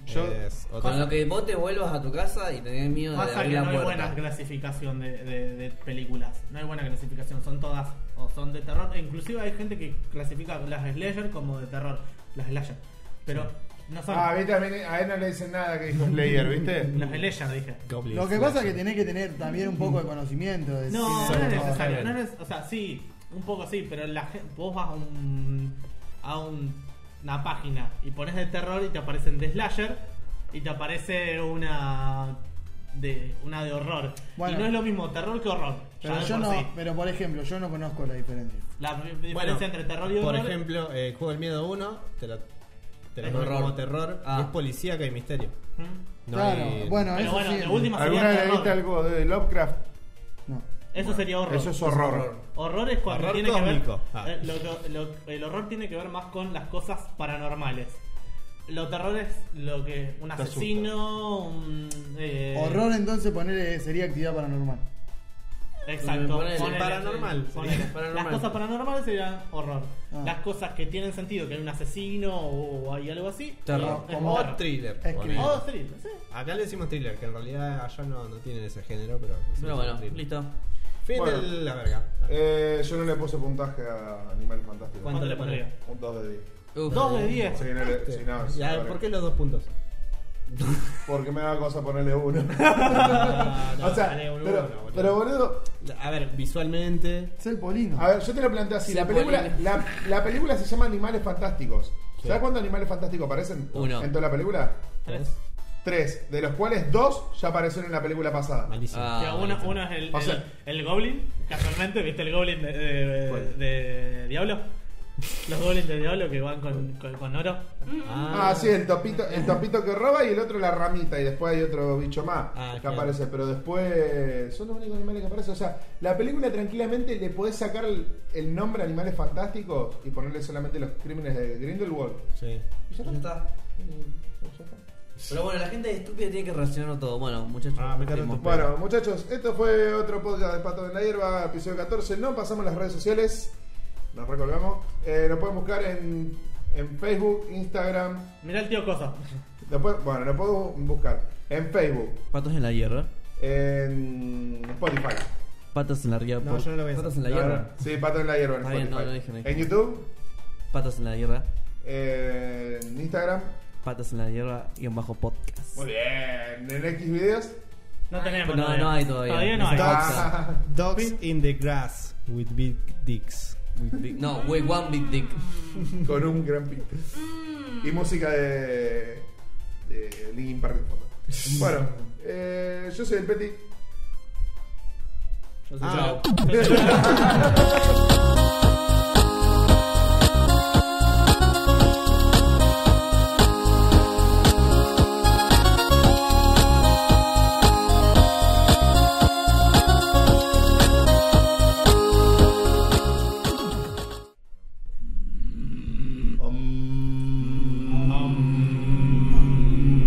Yo- Es otro- Con lo que vos te vuelvas a tu casa y tenés miedo de Pasa que abrir no la hay buena puerta. clasificación de, de- de películas. No hay buena clasificación. Son todas o son de terror. e inclusive hay gente que clasifica las slasher como de terror. Las slasher. Pero no son. Ah, a mí también, a él no le dicen nada que dijo Slayer, ¿viste? las slasher, dije. Goblin Lo que pasa es Slasher. que tenés que tener también un poco de conocimiento. De No, cine no de es terror. necesario. no es- o sea, sí, un poco sí, pero la, gen- vos vas a, un, a un- una página y pones de terror y te aparecen de slasher y te aparece una de una de horror. Bueno. y no es lo mismo terror que horror. ya Ah, Pero de yo por no, sí. pero por ejemplo, yo no conozco la diferencia. La diferencia entre terror y Por horror. ejemplo, eh, Juego del Miedo 1 te lo, te lo Es ponen horror. como terror Ah. y es policíaca y misterio. ¿Mm? No claro, hay- bueno, Pero eso bueno, sí. de última ¿Alguna sería vez terror. viste algo de Lovecraft? No. Eso sería horror. Eso es horror. Horror es cuando Horror tiene cósmico. que Ah. ver. eh, lo- lo- el horror tiene que ver más con las cosas paranormales. Lo terror es lo que. un Te asusta. asesino, un. eh, Horror entonces poner sería actividad paranormal. Exacto. Ponele, ponele, paranormal. ponele. Sí, paranormal. Las cosas paranormales serían horror. Ah. Las cosas que tienen sentido, que hay un asesino o hay algo así. Terror. es Como horror. O thriller. Es ponele. O thriller, sí. Acá le decimos thriller, que en realidad allá no, no tienen ese género, pero. Pero bueno, thriller. listo. Fin Bueno. de la verga. Ah. Eh, yo no le puse puntaje a Animales Fantásticos. ¿Cuánto le pondría? pondría? Un 2 de 10. Uf. Dos de 10. Sí, no le- sí, no, sí, Este, Ya, vale. ¿Por qué los dos puntos? Porque me da cosa ponerle uno. no, o sea, dale un pero, uno, boludo. pero boludo, A ver, visualmente. Es el polino. a ver, yo te lo planteo así. Sí, La película, Paulina. la, la película se llama Animales Fantásticos. ¿Sabes cuántos animales fantásticos aparecen Uno. en toda la película? ¿Tres? Tres, de los cuales dos ya aparecieron en la película pasada. Malísimo. Ah. Que uno, uno es el, O sea- el, el Goblin, casualmente, ¿viste el Goblin de, de- ¿Cuál? de Diablo? Los Goblins de Diablo que van con, con, con oro. Ah, sí, el topito, el topito que roba y el otro la ramita. Y después hay otro bicho más Ah, que claro. aparece. Pero después son los únicos animales que aparecen. O sea, la película tranquilamente le podés sacar el, el nombre Animales Fantásticos y ponerle solamente los crímenes de Grindelwald. Sí. Y ya Ya está. está. Y ya está. Pero bueno, la gente estúpida tiene que reaccionar todo. Bueno, muchachos. Ah, me cargan partimos. tus Bueno, muchachos, esto fue otro podcast de Pato en la Hierba, episodio 14. No pasamos las redes sociales, nos recolgamos. Eh, nos pueden buscar en, en Facebook, Instagram. Mirá el tío Cosa. Después, bueno, lo puedo buscar en Facebook, Patos en la hierba. en Spotify. Patos en la hierba. No, por- yo no lo voy a Patos en hacer. la No, hierba. no, Sí, Pato en la Hierba en Está bien, Spotify. no, lo dije, lo dije. En YouTube, Patos en la hierba. eh, en Instagram. Patos en la hierba y un bajo podcast. Muy bien, en X videos. No tenemos. No, todavía. no hay todavía. no hay. Está- Dogs in the grass with big dicks. Mm. With big- No, we one big dick. con un gran pito. Y música de, de Linkin eh, Park de fondo. Bueno, eh, yo soy el Petit. Yo soy Ah. Chao.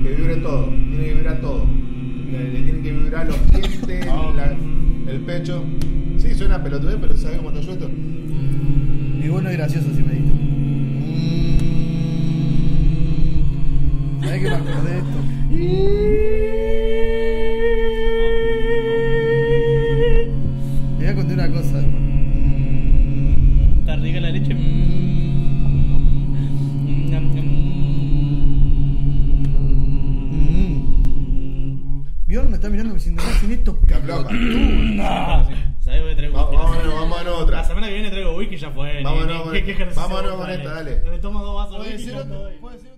Que vibre todo, tiene que vibrar todo. Le, le tienen que vibrar los dientes, la- el pecho. Sí, suena pelotudo, pero ¿sabes cómo te yo esto? Mi bueno es gracioso si me diste. ¿Sabés que me acordé de esto? Le voy a contar una cosa. hermano. Está rica la leche. Mm, nom, nom. Bjorn me está mirando diciendo, "Ah, sin esto. Que aplaudan. Ah, ¿Sabés lo que traigo? Uh, Vamos, vamos, vamos a otra. La semana que viene traigo uy, que ya fue. ni- Vámonos ni- con- ¿qué, qué ejercicio vámonos con vale. esta, dale. Me tomo dos vasos de ¿Puede whisky y ser ya otro? estoy. ¿Puede ser otro?